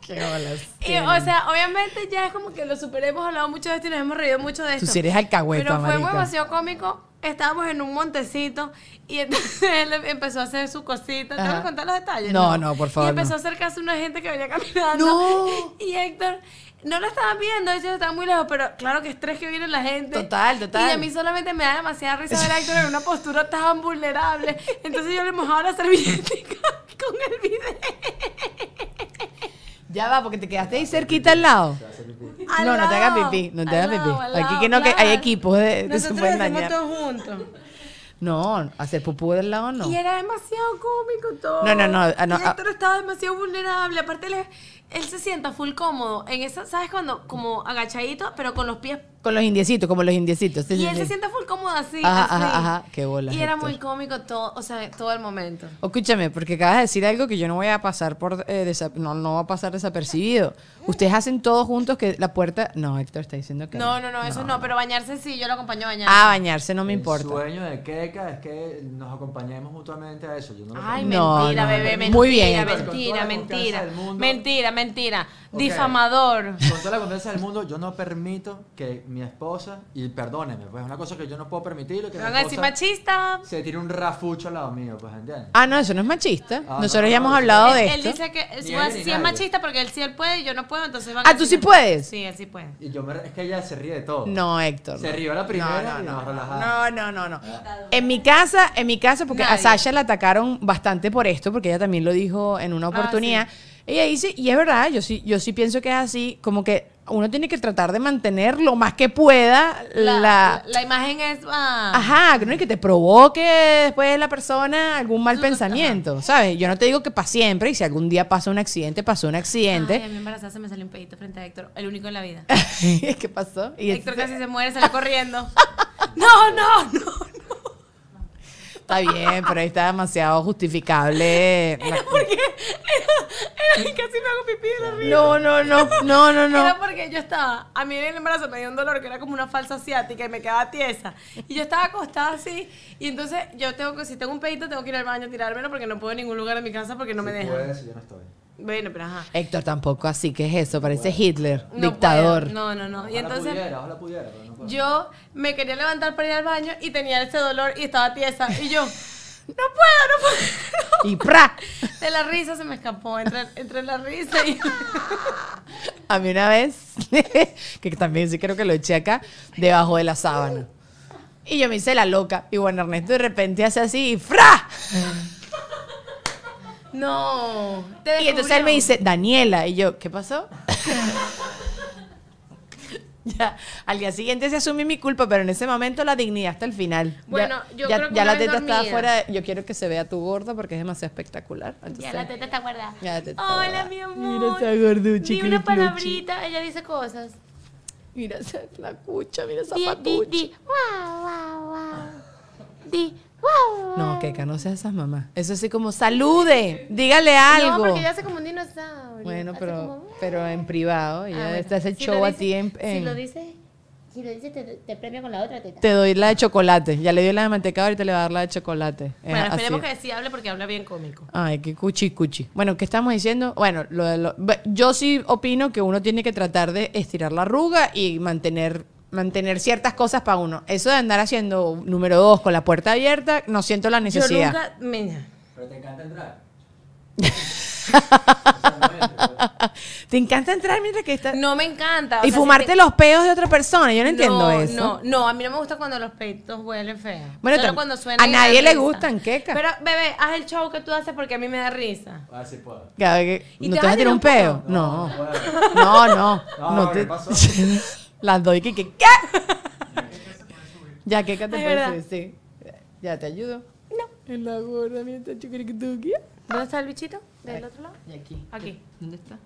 Speaker 1: Qué olas.
Speaker 2: Y, o sea, obviamente ya es como que lo superé, hemos hablado mucho de esto y nos hemos reído mucho de
Speaker 1: Tú
Speaker 2: esto.
Speaker 1: sí eres alcahueta,
Speaker 2: Pero fue
Speaker 1: marica.
Speaker 2: demasiado cómico. Estábamos en un montecito y entonces [LAUGHS] él empezó a hacer su cosita. ¿Te voy
Speaker 1: Ajá.
Speaker 2: a contar los detalles?
Speaker 1: No, no, por favor,
Speaker 2: Y empezó
Speaker 1: no.
Speaker 2: a acercarse una gente que venía caminando.
Speaker 1: No.
Speaker 2: [LAUGHS] Y Héctor no lo estaba viendo, ellos estaban muy lejos, pero claro que estrés que viene la gente.
Speaker 1: Total, total.
Speaker 2: Y a mí solamente me da demasiada risa ver a Héctor en una postura tan vulnerable.
Speaker 1: [LAUGHS]
Speaker 2: Entonces yo le mojaba la servilleta [LAUGHS] con el video.
Speaker 1: Ya va, porque te quedaste ahí cerquita al lado.
Speaker 2: Al
Speaker 1: no, no te hagas
Speaker 2: lado,
Speaker 1: pipí, no te
Speaker 2: al
Speaker 1: hagas pipí.
Speaker 2: lado, al
Speaker 1: Aquí
Speaker 2: lado,
Speaker 1: que no, que
Speaker 2: claro.
Speaker 1: hay equipos de, de
Speaker 2: Nosotros
Speaker 1: super
Speaker 2: hacemos todo juntos.
Speaker 1: No, hacer pupú del lado no.
Speaker 2: Y era demasiado cómico todo.
Speaker 1: No, no, no, ah, no,
Speaker 2: y
Speaker 1: ah.
Speaker 2: Héctor estaba demasiado vulnerable. Aparte, él, es- él se sienta full cómodo. En esa, ¿sabes cuando? Como agachadito, pero con los pies.
Speaker 1: Con los indiecitos, como los indiecitos. sí,
Speaker 2: y
Speaker 1: sí,
Speaker 2: él
Speaker 1: sí.
Speaker 2: se sienta full cómodo así.
Speaker 1: Ajá,
Speaker 2: así.
Speaker 1: ajá, ajá. Qué bolas,
Speaker 2: Y era
Speaker 1: Héctor.
Speaker 2: muy cómico todo, o sea, todo el momento.
Speaker 1: Escúchame, porque acabas de decir algo que yo no voy a pasar por eh, desa- no, no va a pasar desapercibido. Ustedes hacen todos juntos que la puerta. No, Héctor está diciendo que
Speaker 2: No, no, no, eso no, pero bañarse sí, yo lo acompaño a bañarse.
Speaker 1: Ah, bañarse no me
Speaker 5: El
Speaker 1: importa.
Speaker 5: sueño de Keka es que nos acompañemos mutuamente a eso. Yo no lo
Speaker 2: Ay,
Speaker 5: creo.
Speaker 1: No,
Speaker 2: mentira,
Speaker 1: no,
Speaker 2: bebé,
Speaker 1: no.
Speaker 2: mentira,
Speaker 1: Muy bien,
Speaker 5: Héctor.
Speaker 2: mentira,
Speaker 5: Con toda la
Speaker 2: mentira,
Speaker 5: confianza del mundo.
Speaker 2: mentira, mentira.
Speaker 5: Ok.
Speaker 2: Difamador.
Speaker 5: Con toda la confianza del mundo, yo no permito que mi esposa, y perdóneme, pues es una cosa que yo no puedo permitir, lo que
Speaker 2: Me
Speaker 5: mi
Speaker 2: van a decir
Speaker 5: esposa
Speaker 2: machista.
Speaker 5: se tire un rafucho al lado mío, pues ¿entiendes?
Speaker 1: Ah, no, eso no es machista.
Speaker 5: Ah,
Speaker 1: Nosotros
Speaker 5: no,
Speaker 1: ya hemos
Speaker 5: no,
Speaker 1: hablado de
Speaker 2: él,
Speaker 1: esto.
Speaker 2: él dice que
Speaker 5: Ni
Speaker 2: si
Speaker 5: él ni
Speaker 2: es
Speaker 5: nadie.
Speaker 2: machista porque él sí él puede y yo no puedo, entonces van
Speaker 1: Ah,
Speaker 2: a
Speaker 1: ¿tú
Speaker 2: decir-
Speaker 1: sí puedes?
Speaker 2: Sí, él sí puede.
Speaker 5: Y yo me, es que ella se ríe de todo.
Speaker 1: No, Héctor.
Speaker 5: Se
Speaker 1: no.
Speaker 5: rió la primera y nos relajamos.
Speaker 1: No, no, no, no. En mi casa, en mi casa, porque a
Speaker 2: Nadie.
Speaker 1: Sasha la atacaron bastante por esto, porque ella también lo dijo en
Speaker 2: Ah,
Speaker 1: una oportunidad. Ella dice, y es verdad, yo sí, yo sí pienso que es así, como que uno tiene que tratar de mantener lo más que pueda
Speaker 2: La,
Speaker 1: la.
Speaker 2: la imagen es. ah,
Speaker 1: Ajá, que no es que te provoque después la persona algún mal pensamiento, ¿sabes? Yo no te digo que para siempre, y si algún día pasa un accidente, pasó un
Speaker 2: Ay, a
Speaker 1: accidente.
Speaker 2: mí embarazada se me salió un pedito frente a Héctor, el único en la vida.
Speaker 1: [LAUGHS] ¿Qué pasó? Y este,
Speaker 2: Héctor
Speaker 1: entonces-
Speaker 2: casi se muere,
Speaker 1: [LAUGHS]
Speaker 2: salió corriendo. No, no, no.
Speaker 1: Está bien, pero ahí está demasiado
Speaker 2: [LAUGHS]
Speaker 1: justificable. la-
Speaker 2: Ay, casi me hago pipí de la risa.
Speaker 1: No, no, no, no, no,
Speaker 2: Era
Speaker 1: no.
Speaker 2: porque yo estaba, a mí en el embarazo me dio un dolor que era como una falsa asiática y me quedaba tiesa. Y yo estaba acostada así. Y entonces yo tengo que, si tengo un pedito, tengo que ir al baño a tirármelo porque no puedo en ningún lugar de mi casa porque no me
Speaker 5: Si
Speaker 2: dejan.
Speaker 5: puedes, yo no estoy.
Speaker 2: Bueno, pero ajá.
Speaker 1: Héctor tampoco, así que es eso, parece Hitler,
Speaker 2: No
Speaker 1: dictador.
Speaker 2: puedo. No, no, no. Y
Speaker 5: Ojalá
Speaker 2: entonces
Speaker 5: pudiera, pues. ojalá pudiera, pero no puedo.
Speaker 2: yo me quería levantar para ir al baño y tenía ese dolor y estaba tiesa. Y yo, no puedo, no puedo.
Speaker 1: Y ¡pra!
Speaker 2: De la risa se me escapó, entre, entre la risa y... [LAUGHS]
Speaker 1: A mí una vez, [LAUGHS] que también sí creo que lo eché acá, debajo de la sábana. Y yo me hice la loca. Y bueno, Ernesto de repente hace así y ¡fra!
Speaker 2: No. te
Speaker 1: Y entonces él
Speaker 2: descubrió.
Speaker 1: me dice, Daniela. Y yo, ¿qué
Speaker 2: [LAUGHS]
Speaker 1: pasó? ya, al día siguiente se asumí mi culpa, pero en ese momento la dignidad hasta el final. Ya-
Speaker 2: Bueno, yo
Speaker 1: ya,
Speaker 2: creo que
Speaker 1: ya
Speaker 2: una
Speaker 1: la
Speaker 2: vez
Speaker 1: teta estaba
Speaker 2: dormida.
Speaker 1: fuera. de- yo quiero que se vea tu gorda porque es demasiado espectacular. Entonces,
Speaker 2: teta está guardada.
Speaker 1: ya la teta está
Speaker 2: Hola,
Speaker 1: guardada.
Speaker 2: mi
Speaker 1: Mira
Speaker 2: amor.
Speaker 1: esa gorducha.
Speaker 2: Di una palabrita, ella dice cosas.
Speaker 1: Mira esa la cucha, mira esa
Speaker 2: Di, di,
Speaker 1: patucha.
Speaker 2: di. Wow, wow, wow. Di, wow.
Speaker 1: No, Keka, no seas esas mamás. Eso sí como, salude, dígale algo.
Speaker 4: No, porque ella hace como un dinosaurio.
Speaker 1: Bueno,
Speaker 4: Hace
Speaker 1: pero,
Speaker 4: como,
Speaker 1: pero en privado. Ella
Speaker 4: Ah, bueno.
Speaker 1: te hace
Speaker 4: Si
Speaker 1: show
Speaker 4: lo
Speaker 1: a
Speaker 4: dice-
Speaker 1: ti en-
Speaker 4: Si
Speaker 1: en-
Speaker 4: lo dices, si lo dices te, te premia con la otra teta.
Speaker 1: Te doy la de chocolate. Ya le dio la de manteca, ahorita le va a dar la de chocolate. Es
Speaker 2: Bueno, esperemos
Speaker 1: así.
Speaker 2: que sí hable porque habla bien cómico.
Speaker 1: Ay, qué cuchi cuchi. Bueno, ¿qué estamos diciendo? Bueno, lo de lo- be- yo sí opino que uno tiene que tratar de estirar la arruga y mantener mantener ciertas cosas para uno. Eso de andar haciendo número dos con la puerta abierta, no siento la
Speaker 2: Yo
Speaker 1: necesidad.
Speaker 2: nunca... Mira.
Speaker 5: Pero te encanta entrar.
Speaker 1: [LAUGHS] Te encanta entrar mientras que estás...
Speaker 2: No me encanta. o
Speaker 1: y
Speaker 2: sea, si
Speaker 1: fumarte
Speaker 2: te-
Speaker 1: los peos de otra persona. Yo no entiendo eso.
Speaker 2: No, no, a mí no me gusta cuando los peitos huelen feo.
Speaker 1: Bueno,
Speaker 2: Solo
Speaker 1: tam-
Speaker 2: cuando suenan
Speaker 1: a
Speaker 2: y me da
Speaker 1: nadie le
Speaker 2: risa.
Speaker 1: gustan, queca.
Speaker 2: Pero, bebé, haz el show que tú haces porque a mí me da risa.
Speaker 5: A ver si puedo.
Speaker 1: Ya, que-
Speaker 2: ¿Y
Speaker 1: ¿No
Speaker 2: te
Speaker 1: te vas a tirar un peo? No.
Speaker 5: No, no puedo.
Speaker 1: No, no.
Speaker 5: No,
Speaker 1: [LAUGHS] no
Speaker 5: no,
Speaker 1: te-
Speaker 5: ¿qué pasó?
Speaker 1: Las doy que, que- ¿qué? Ya, ¿qué que te
Speaker 2: Es
Speaker 1: puedes
Speaker 2: verdad.
Speaker 1: subir? Sí. Ya te ayudo. No. En la gorda, mira, está chiquiriquituqui.
Speaker 2: ¿Dónde está el bichito? ¿Del otro lado?
Speaker 1: Y aquí.
Speaker 2: Aquí.
Speaker 1: ¿Dónde está?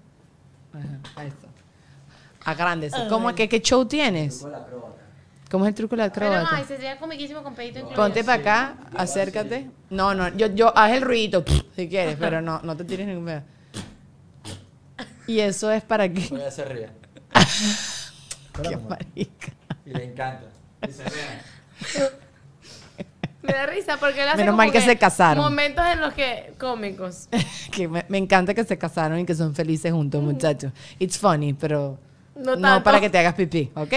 Speaker 1: Ajá, ahí está. Agrándese.
Speaker 2: Ah,
Speaker 1: ¿Cómo es que qué show tienes?
Speaker 5: Con la acróbata.
Speaker 1: ¿Cómo es el truco de la
Speaker 2: Pero,
Speaker 1: acróbata?
Speaker 2: ay, se sería comiquísimo con pedito incluido.
Speaker 1: Ponte para acá, acércate. No, no, yo, yo haz el ruidito si quieres, pero no, no te tires ningún pedo. Y eso es para que.
Speaker 5: Pero ella se ríe.
Speaker 1: Qué marica.
Speaker 5: Y le encanta. Y se ríe.
Speaker 2: Me da risa porque él hace
Speaker 1: Menos
Speaker 2: como
Speaker 1: mal que se casaron.
Speaker 2: Momentos en los que cómicos.
Speaker 1: [LAUGHS] Que me, me encanta que se casaron y que son felices juntos, muchachos. It's funny, pero.
Speaker 2: No
Speaker 1: No,
Speaker 2: tanto.
Speaker 1: para que te hagas pipí, ¿ok?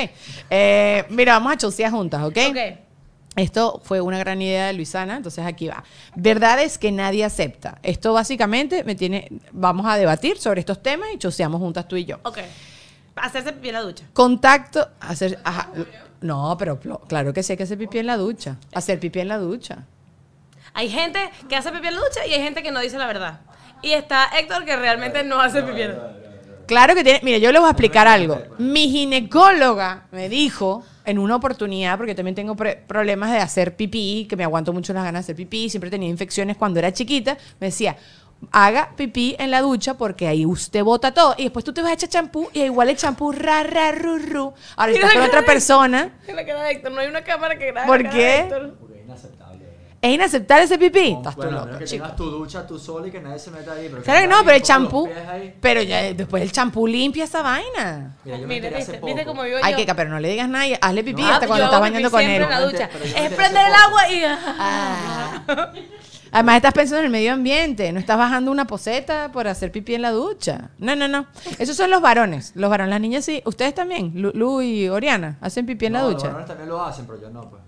Speaker 1: Eh, mira, vamos a chosear juntas, ¿ok?
Speaker 2: Ok.
Speaker 1: Esto fue una gran idea de Luisana, entonces aquí va. Verdades que nadie acepta. Esto básicamente me tiene. Vamos a debatir sobre estos temas y choseamos juntas tú y yo.
Speaker 2: Ok. Hacerse pipí en la ducha.
Speaker 1: Contacto, hacer, ajá, no, pero plo- claro que sí hay que hacer pipí en la ducha, hacer pipí en la ducha.
Speaker 2: Hay gente que hace pipí en la ducha y hay gente que no dice la verdad. Y está Héctor que realmente no hace pipí en la ducha.
Speaker 1: Claro que tiene, mire, yo les voy a explicar algo. Mi ginecóloga me dijo en una oportunidad, porque también tengo pre- problemas de hacer pipí, que me aguanto mucho las ganas de hacer pipí, siempre tenía infecciones cuando era chiquita, me decía, haga pipí en la ducha porque ahí usted bota todo y después tú te vas a echar champú y igual el champú ra, ra, ru, ru. Ahora si
Speaker 2: Mira
Speaker 1: estás con
Speaker 2: la
Speaker 1: otra
Speaker 2: cara de-
Speaker 1: persona,
Speaker 2: [LAUGHS] En la cara de Héctor, no hay una cámara que grabe.
Speaker 1: ¿Por
Speaker 2: la cara de
Speaker 1: qué?
Speaker 2: Héctor.
Speaker 5: Porque es inaceptable.
Speaker 1: es inaceptable ese pipí. Estás tú
Speaker 5: Oh, bueno, a
Speaker 1: loco,
Speaker 5: menos que
Speaker 1: chico.
Speaker 5: tengas tu ducha tú solo y que nadie se meta ahí. Pero
Speaker 1: Claro que no, pero el
Speaker 5: nadie ponga los
Speaker 1: champú.
Speaker 5: pies ahí.
Speaker 1: Pero ya después el champú limpia esa vaina.
Speaker 5: Mira, yo
Speaker 2: Mira,
Speaker 5: me enteré hace
Speaker 2: viste,
Speaker 5: poco.
Speaker 2: viste cómo vivo
Speaker 1: Ay,
Speaker 2: yo.
Speaker 1: Keka, pero no le digas nada, y hazle pipí
Speaker 5: No,
Speaker 1: hasta
Speaker 2: Ah, pues yo
Speaker 1: cuando
Speaker 2: hago
Speaker 1: estás bañando
Speaker 2: pipí
Speaker 1: con
Speaker 2: siempre
Speaker 1: él.
Speaker 2: en la ducha.
Speaker 5: Pero yo me
Speaker 2: Es
Speaker 5: enteré
Speaker 2: prender
Speaker 5: hace
Speaker 2: el
Speaker 5: poco.
Speaker 2: agua y...
Speaker 1: Ah. Además, estás pensando en el medio ambiente. No estás bajando una poseta por hacer pipí en la ducha. No, no, no. Esos son los varones. Los varones. Las niñas sí. Ustedes también. Lu, Lu y Oriana hacen pipí en
Speaker 5: No,
Speaker 1: la
Speaker 5: Los
Speaker 1: ducha.
Speaker 5: varones también lo hacen, pero yo no, pues.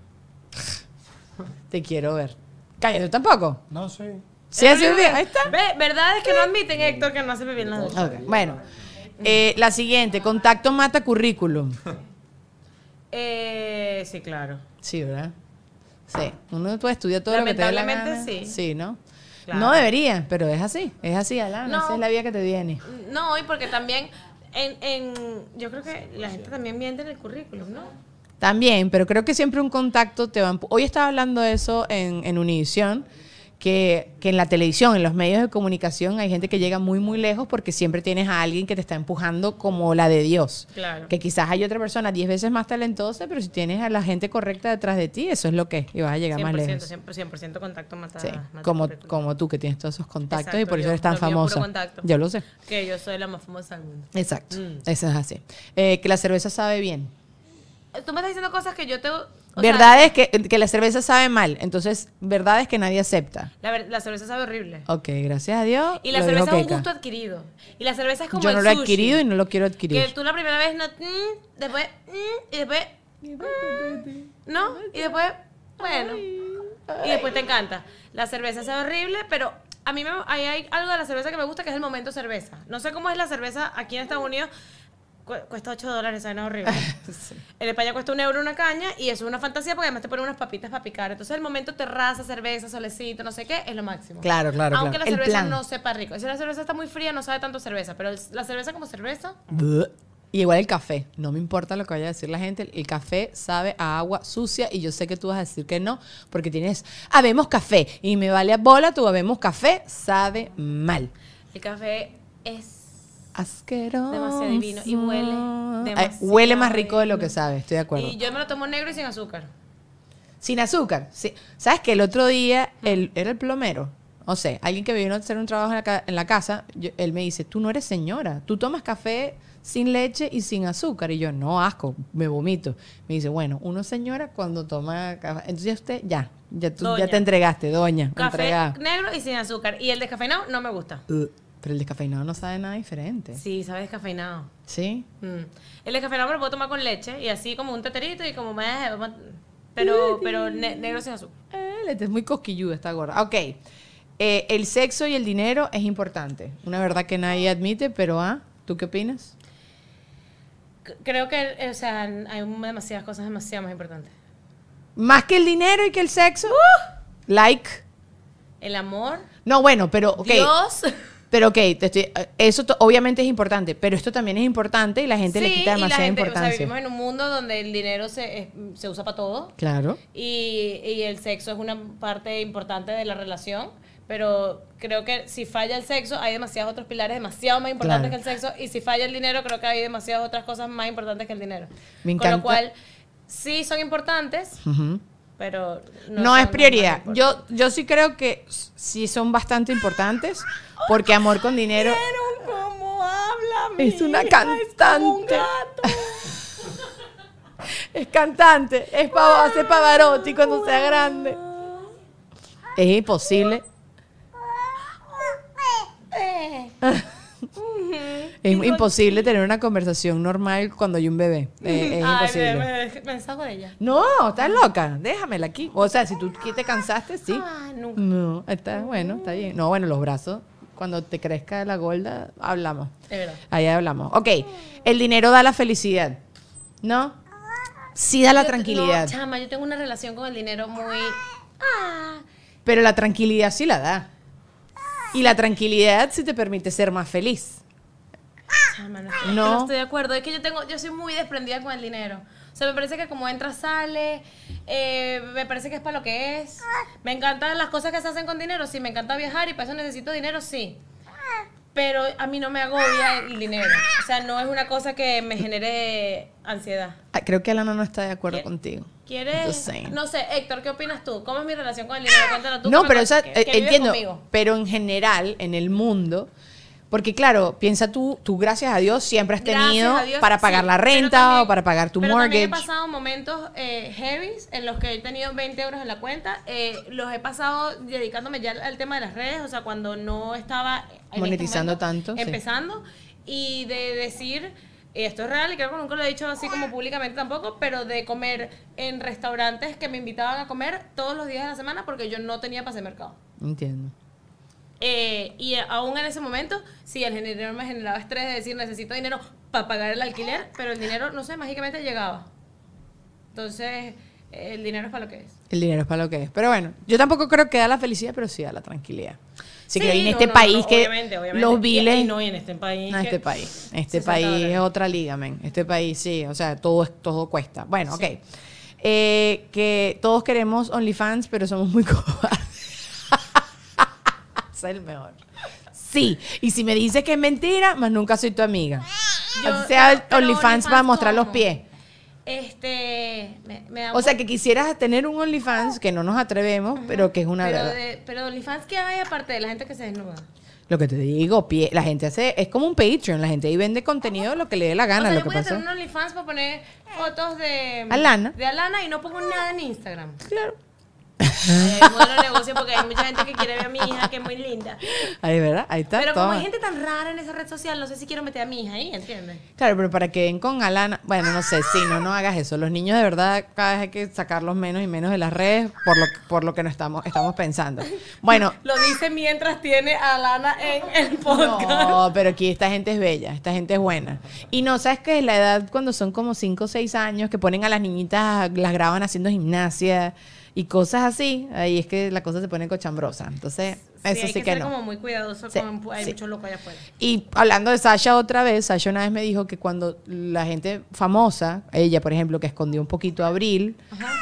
Speaker 1: Te quiero ver. Cállate, tampoco.
Speaker 6: No, sí.
Speaker 1: Sí, hace pipí. Ahí está.
Speaker 2: Ve, verdad es que no admiten, Héctor, que no hace pipí en la ducha.
Speaker 1: Ok, Bueno. Eh, la siguiente. Contacto mata currículum.
Speaker 2: Eh, sí, claro.
Speaker 1: Sí, ¿verdad? Sí. Uno puede estudiar todo lo que te dé la
Speaker 2: Lamentablemente,
Speaker 1: gana.
Speaker 2: sí.
Speaker 1: Sí, ¿no?
Speaker 2: Claro.
Speaker 1: No debería, pero es así. Es así, Alana.
Speaker 2: No.
Speaker 1: Esa es la vida que te viene.
Speaker 2: No, y porque también en, en yo creo que la gente también miente en el currículum, ¿no?
Speaker 1: También, pero creo que siempre un contacto te va a empu- Hoy estaba hablando de eso en, en Univisión, que, que en la televisión, en los medios de comunicación, hay gente que llega muy, muy lejos porque siempre tienes a alguien que te está empujando como la de Dios.
Speaker 2: Claro.
Speaker 1: Que quizás hay otra persona diez veces más talentosa, pero si tienes a la gente correcta detrás de ti, eso es lo que es, y vas a llegar más
Speaker 2: 100%,
Speaker 1: lejos.
Speaker 2: 100%, 100% contacto mata,
Speaker 1: Sí,
Speaker 2: mata
Speaker 1: como,
Speaker 2: currículum.
Speaker 1: como tú que tienes todos esos contactos y
Speaker 2: Exacto,
Speaker 1: por eso
Speaker 2: yo-
Speaker 1: eres tan
Speaker 2: lo mío es puro
Speaker 1: famosa.
Speaker 2: contacto.
Speaker 1: Yo lo sé.
Speaker 2: Que yo soy la más famosa del mundo.
Speaker 1: Exacto,
Speaker 2: Mm.
Speaker 1: eso es así. Eh, que la cerveza sabe bien.
Speaker 2: Tú me estás diciendo cosas que yo te... o sea,
Speaker 1: Verdades que, que la cerveza sabe mal, entonces verdades que nadie acepta.
Speaker 2: la, ver- la cerveza sabe horrible.
Speaker 1: Ok, gracias a Dios.
Speaker 2: Y la
Speaker 1: Oh, lo dijo
Speaker 2: cerveza es un
Speaker 1: Keka.
Speaker 2: gusto adquirido. Y la cerveza es como
Speaker 1: Yo no
Speaker 2: el
Speaker 1: lo he
Speaker 2: sushi.
Speaker 1: adquirido y no lo quiero adquirir.
Speaker 2: Que tú la primera vez no. mm, después. mm, y después. mm, no. Y después. Bueno. Y después te encanta. La cerveza es horrible, pero a mí me, hay, hay algo de la cerveza que me gusta que es el momento cerveza. No sé cómo es la cerveza aquí en Estados Unidos. cu- Cuesta 8 dólares, esa vaina
Speaker 1: [LAUGHS]
Speaker 2: es horrible. En España cuesta un euro una caña y eso es una fantasía porque además te ponen unas papitas para picar. Entonces el momento terraza, cerveza, solecito, no sé qué, es lo máximo.
Speaker 1: Claro, claro,
Speaker 2: Aunque
Speaker 1: claro.
Speaker 2: la
Speaker 1: El
Speaker 2: cerveza
Speaker 1: plan.
Speaker 2: no sepa rico. Si la cerveza está muy fría, no sabe tanto cerveza. Pero el- la cerveza como cerveza,
Speaker 1: Bleh. Y igual el café. No me importa lo que vaya a decir la gente. El café sabe a agua sucia y yo sé que tú vas a decir que no porque tienes habemos café y me vale a bola tu habemos café sabe mal.
Speaker 2: el café es.
Speaker 1: Asqueroso.
Speaker 2: Demasiado divino. Y huele
Speaker 1: Ay,
Speaker 2: demasiado
Speaker 1: huele más rico de lo que
Speaker 2: divino.
Speaker 1: sabe, estoy de acuerdo.
Speaker 2: Y yo me lo tomo negro y sin azúcar.
Speaker 1: Sin azúcar. sí. ¿Sabes que El otro día el, era el plomero. O sea, alguien que vino a hacer un trabajo en la, ca- en la casa, yo- él me dice, tú no eres señora, tú tomas café sin leche y sin azúcar. Y yo, no, asco, me vomito. Me dice, bueno, uno es señora cuando toma café. Entonces ya usted, ya, ya, tú- ya
Speaker 2: Doña.
Speaker 1: te entregaste, doña.
Speaker 2: Café
Speaker 1: entregada.
Speaker 2: negro y sin azúcar. Y el descafeinado no me gusta.
Speaker 1: Uh, Pero el descafeinado no sabe nada diferente. Sí.
Speaker 2: Sí, sabe descafeinado. Mm. El descafeinado me lo puedo tomar con leche y así como un teterito y como más. Pero, pero ne- negro sin azúcar.
Speaker 1: Eh, le- es muy cosquilluda esta gorda. Ok. Eh, el sexo y el dinero es importante. Una verdad que nadie admite, pero ah, ¿tú qué opinas?
Speaker 2: C- Creo que, eh, o sea, hay un- demasiadas cosas demasiado más importantes.
Speaker 1: Más que el dinero y que el sexo.
Speaker 2: Uh.
Speaker 1: Like.
Speaker 2: El amor,
Speaker 1: No, bueno, pero ok.
Speaker 2: Dios.
Speaker 1: Pero ok, te estoy- eh, eso to- obviamente es importante, pero esto también es importante y la gente le
Speaker 2: Sí,
Speaker 1: quita
Speaker 2: y la
Speaker 1: demasiada
Speaker 2: gente, O sea,
Speaker 1: importancia.
Speaker 2: vivimos en un mundo donde el dinero se, es- se usa para todo.
Speaker 1: claro.
Speaker 2: y, y el sexo es una parte importante de la relación. Pero creo que si falla el sexo, hay demasiados otros pilares demasiado más importantes
Speaker 1: Claro.
Speaker 2: que el sexo. Y si falla el dinero, creo que hay demasiadas otras cosas más importantes que el dinero.
Speaker 1: Me
Speaker 2: Con
Speaker 1: encanta.
Speaker 2: lo cual, sí son importantes,
Speaker 1: Ujú.
Speaker 2: pero
Speaker 1: No,
Speaker 2: son
Speaker 1: es
Speaker 2: las
Speaker 1: prioridad.
Speaker 2: más importantes.
Speaker 1: Yo, yo sí creo que s- sí son bastante importantes porque amor con dinero
Speaker 2: Pero cómo habla, mi
Speaker 1: es una
Speaker 2: hija, es como un
Speaker 1: cantante.
Speaker 2: gato.
Speaker 1: Es cantante, es pavo, hace Pavarotti cuando sea grande. Es imposible.
Speaker 2: Eh.
Speaker 1: [LAUGHS] es imposible tener una conversación normal cuando hay un
Speaker 2: [LAUGHS]
Speaker 1: bebé. Eh, [LAUGHS] Es,
Speaker 2: Ay,
Speaker 1: imposible.
Speaker 2: me, me, me deshago de ella.
Speaker 1: No, estás loca, déjamela aquí. O sea, si tú que te cansaste, sí.
Speaker 2: Ay, nunca.
Speaker 1: No, está bueno, está bien. No, bueno, los brazos, cuando te crezca la gorda, hablamos.
Speaker 2: Es verdad.
Speaker 1: Ahí hablamos. Ok, el dinero da la felicidad, ¿no? Sí da la
Speaker 2: Yo-
Speaker 1: tranquilidad.
Speaker 2: No, chama, yo tengo una relación con el dinero muy. Ah,
Speaker 1: Pero la tranquilidad sí la da. Y la tranquilidad sí te permite ser más feliz.
Speaker 2: chama, no, estoy,
Speaker 1: No.
Speaker 2: es que Ah, no estoy de acuerdo. Es que yo tengo, yo soy muy desprendida con el dinero. O sea, me parece que como entra, sale. eh, me parece que es para lo que es. Me encantan las cosas que se hacen con dinero. Sí, me encanta viajar y para eso necesito dinero, sí. Pero a mí no me agobia el dinero. O sea, no es una cosa que me genere ansiedad.
Speaker 1: Ah, Creo que Alana no está de acuerdo
Speaker 2: ¿Qué?
Speaker 1: contigo. Yo
Speaker 2: ¿Quieres?
Speaker 1: sé.
Speaker 2: No sé, Héctor, ¿qué opinas tú? ¿Cómo es mi relación con el dinero? Cuéntalo tú.
Speaker 1: No,
Speaker 2: que me
Speaker 1: pero
Speaker 2: con-
Speaker 1: esa,
Speaker 2: que-
Speaker 1: eh,
Speaker 2: que vives
Speaker 1: entiendo.
Speaker 2: conmigo.
Speaker 1: Pero en general, en el mundo, Porque claro, piensa tú, tú gracias a Dios siempre has
Speaker 2: Gracias
Speaker 1: tenido
Speaker 2: a Dios,
Speaker 1: para pagar
Speaker 2: sí,
Speaker 1: la
Speaker 2: pero
Speaker 1: renta
Speaker 2: también-
Speaker 1: o para pagar tu
Speaker 2: pero
Speaker 1: mortgage.
Speaker 2: También he pasado momentos eh, heavies en los que he tenido 20 euros en la cuenta. eh, los he pasado dedicándome ya al tema de las redes, o sea, cuando no estaba en este
Speaker 1: Monetizando tanto, sí.
Speaker 2: Empezando. Y de decir, y esto es real, y creo que nunca lo he dicho así como públicamente tampoco, pero de comer en restaurantes que me invitaban a comer todos los días de la semana porque yo no tenía pase de mercado.
Speaker 1: Entiendo.
Speaker 2: Eh, y aún en ese momento, sí, el dinero me generaba estrés de decir necesito dinero para pagar el alquiler, pero el dinero, no sé, mágicamente llegaba. Entonces, eh, el dinero es para lo que es.
Speaker 1: El dinero es para lo que es. Pero bueno, yo tampoco creo que da la felicidad, pero sí da la tranquilidad. Así que
Speaker 2: Sí,
Speaker 1: en
Speaker 2: no,
Speaker 1: este
Speaker 2: no,
Speaker 1: país
Speaker 2: no,
Speaker 1: que
Speaker 2: obviamente, obviamente.
Speaker 1: los
Speaker 2: Y-
Speaker 1: viles...
Speaker 2: y no, y en este país.
Speaker 1: No,
Speaker 2: que-
Speaker 1: este país. Este
Speaker 2: 60
Speaker 1: país es
Speaker 2: dólares.
Speaker 1: otra liga, men. Este país, sí. O sea, todo, es- todo cuesta. Bueno, ok. Eh, que todos queremos OnlyFans, pero somos muy [LAUGHS] cobardes. es el mejor. Sí. Y si me dices que es mentira, más nunca soy tu amiga.
Speaker 2: Yo-
Speaker 1: Así sea
Speaker 2: pero
Speaker 1: OnlyFans para mostrar los
Speaker 2: ¿cómo?
Speaker 1: pies.
Speaker 2: Este, me, me da
Speaker 1: O sea, que quisieras tener un OnlyFans, que no nos atrevemos, pero que es una
Speaker 2: pero
Speaker 1: verdad.
Speaker 2: de, pero OnlyFans, ¿qué hay aparte de la gente que se desnuda?
Speaker 1: Lo que te digo, pie, la gente hace, es como un Patreon, la gente ahí vende contenido lo que le dé la
Speaker 2: O
Speaker 1: gana,
Speaker 2: sea,
Speaker 1: Ah, lo
Speaker 2: yo
Speaker 1: que
Speaker 2: voy a
Speaker 1: pasó.
Speaker 2: tener un OnlyFans para poner fotos de...
Speaker 1: Alana.
Speaker 2: De Alana y no pongo nada en Instagram.
Speaker 1: Claro. Ah.
Speaker 2: Eh, modelo de negocio porque hay mucha gente que quiere ver a mi hija, que es muy linda.
Speaker 1: Ahí, ¿verdad? Ahí está.
Speaker 2: Pero como
Speaker 1: toma.
Speaker 2: hay gente tan rara en esa red social, no sé si quiero meter a mi hija ahí, ¿entiendes?
Speaker 1: Claro, pero para que den con Alana, bueno, no sé, sí, no, no hagas eso. Los niños de verdad cada vez hay que sacarlos menos y menos de las redes por lo, por lo que no estamos, estamos pensando. Bueno,
Speaker 2: Lo dice mientras tiene a Lana en el podcast.
Speaker 1: no, pero aquí esta gente es bella, esta gente es buena. Y no, ¿sabes qué? La edad cuando son como 5 o 6 años que ponen a las niñitas, las graban haciendo gimnasia y cosas así, ahí es que la cosa se pone cochambrosa. Entonces, eso
Speaker 2: hay
Speaker 1: sí
Speaker 2: que,
Speaker 1: que,
Speaker 2: ser
Speaker 1: no.
Speaker 2: como muy cuidadoso
Speaker 1: Sí,
Speaker 2: con hay
Speaker 1: sí.
Speaker 2: muchos locos allá afuera.
Speaker 1: Y hablando de Sasha otra vez, Sasha una vez me dijo que cuando la gente famosa, ella por ejemplo, que escondió un poquito a Abril,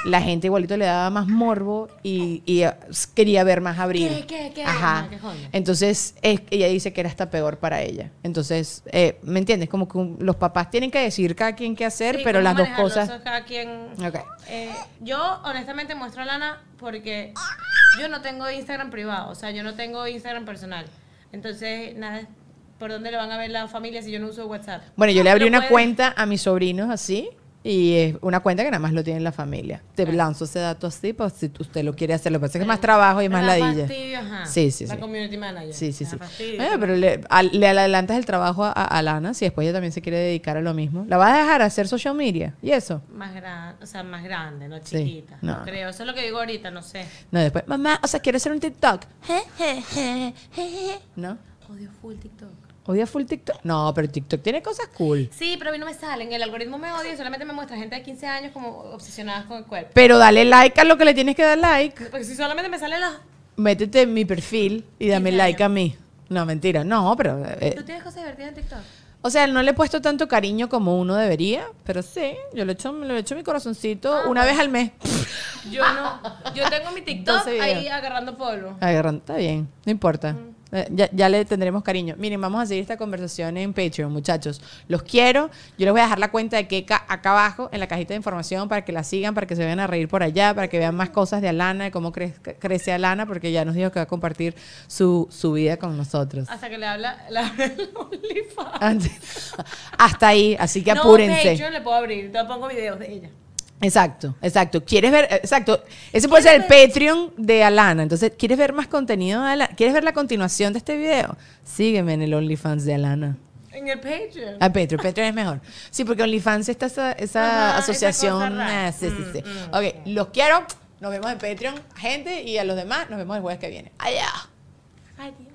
Speaker 1: la gente igualito le daba más morbo y, y, eh, quería ver más a Abril.
Speaker 2: ¿Qué, qué, qué?
Speaker 1: Ajá.
Speaker 2: Ah, qué joya.
Speaker 1: Entonces es- ella dice que era hasta peor para ella. Entonces, eh, ¿me entiendes? Como que un- los papás tienen que decir cada quien qué hacer,
Speaker 2: Sí,
Speaker 1: pero
Speaker 2: cómo
Speaker 1: las dos
Speaker 2: manejarlo,
Speaker 1: cosas...
Speaker 2: eso es cada quien-
Speaker 1: Ok.
Speaker 2: Eh, yo honestamente muestro a Lana porque yo no tengo Instagram privado, o sea, yo no tengo Instagram personal. Entonces, nada, ¿por dónde le van a ver la familia si yo no uso WhatsApp?
Speaker 1: Bueno, yo le abrí
Speaker 2: Ah, Pero
Speaker 1: una
Speaker 2: puede-
Speaker 1: cuenta a mis sobrinos así. Y es una cuenta que nada más lo tiene la familia. Te lanzo ese dato así, pues si tú- usted lo quiere hacer. Lo que pasa es que es más trabajo y más
Speaker 2: La
Speaker 1: ladilla.
Speaker 2: fastidio, ajá.
Speaker 1: Sí, sí,
Speaker 2: La
Speaker 1: sí.
Speaker 2: community manager.
Speaker 1: Sí, sí, Eh,
Speaker 2: La
Speaker 1: sí.
Speaker 2: fastidio.
Speaker 1: Bueno, pero le, al- le adelantas el trabajo a, a Lana si después ella también se quiere dedicar a lo mismo. ¿La vas a dejar hacer social media? ¿Y eso?
Speaker 2: Más grande, o sea, más grande, no
Speaker 1: Sí,
Speaker 2: chiquita.
Speaker 1: no.
Speaker 2: No. creo, eso es lo que digo ahorita, no sé.
Speaker 1: No, después, mamá, o sea, quiero hacer un TikTok. ¿No?
Speaker 2: Odio full TikTok.
Speaker 1: ¿Odia full TikTok? No, pero TikTok tiene cosas cool.
Speaker 2: Sí, pero a mí no me salen, el algoritmo me odia y solamente me muestra gente de 15 años como obsesionadas con el cuerpo.
Speaker 1: Pero dale like a lo que le tienes que dar like.
Speaker 2: Porque si solamente me salen las...
Speaker 1: Métete en mi perfil y dame
Speaker 2: Quince
Speaker 1: like a mí. No, mentira. No, pero... eh,
Speaker 2: ¿Tú tienes cosas divertidas en TikTok?
Speaker 1: O sea, no le he puesto tanto cariño como uno debería, pero sí, yo le echo, le echo mi corazoncito una vez al mes.
Speaker 2: Yo no. Yo tengo [LAUGHS] mi TikTok
Speaker 1: Entonces, video.
Speaker 2: ahí agarrando polvo.
Speaker 1: Agarrando, está bien, no importa. Eh, Ya, ya le tendremos cariño. Miren, vamos a seguir esta conversación en Patreon, muchachos. Los quiero. Yo les voy a dejar la cuenta de Keka acá abajo en la cajita de información para que la sigan, para que se vayan a reír por allá, para que vean más cosas de Alana, de cómo crezca- crece Alana, porque ya nos dijo que va a compartir su, su vida con nosotros.
Speaker 2: Hasta que le habla la [LAUGHS] OnlyFans.
Speaker 1: Antes- hasta ahí, así que
Speaker 2: No,
Speaker 1: apúrense.
Speaker 2: Patreon le puedo abrir. Te pongo videos de ella.
Speaker 1: Exacto, exacto. ¿Quieres ver? Exacto. Ese puede ser el Patreon de Alana. Entonces, ¿quieres ver más contenido de Alana? ¿Quieres ver la continuación de este video? Sígueme en el OnlyFans de Alana.
Speaker 2: En el Patreon.
Speaker 1: A Patreon, Patreon es mejor. Sí, porque OnlyFans está esa, esa
Speaker 2: Ajá, esa
Speaker 1: asociación.
Speaker 2: cosa rara. Mm,
Speaker 1: ah, sí, sí, sí. ok, los quiero. Nos vemos en Patreon, gente, y a los demás nos vemos el jueves que viene. Allá.
Speaker 2: Ay, Dios.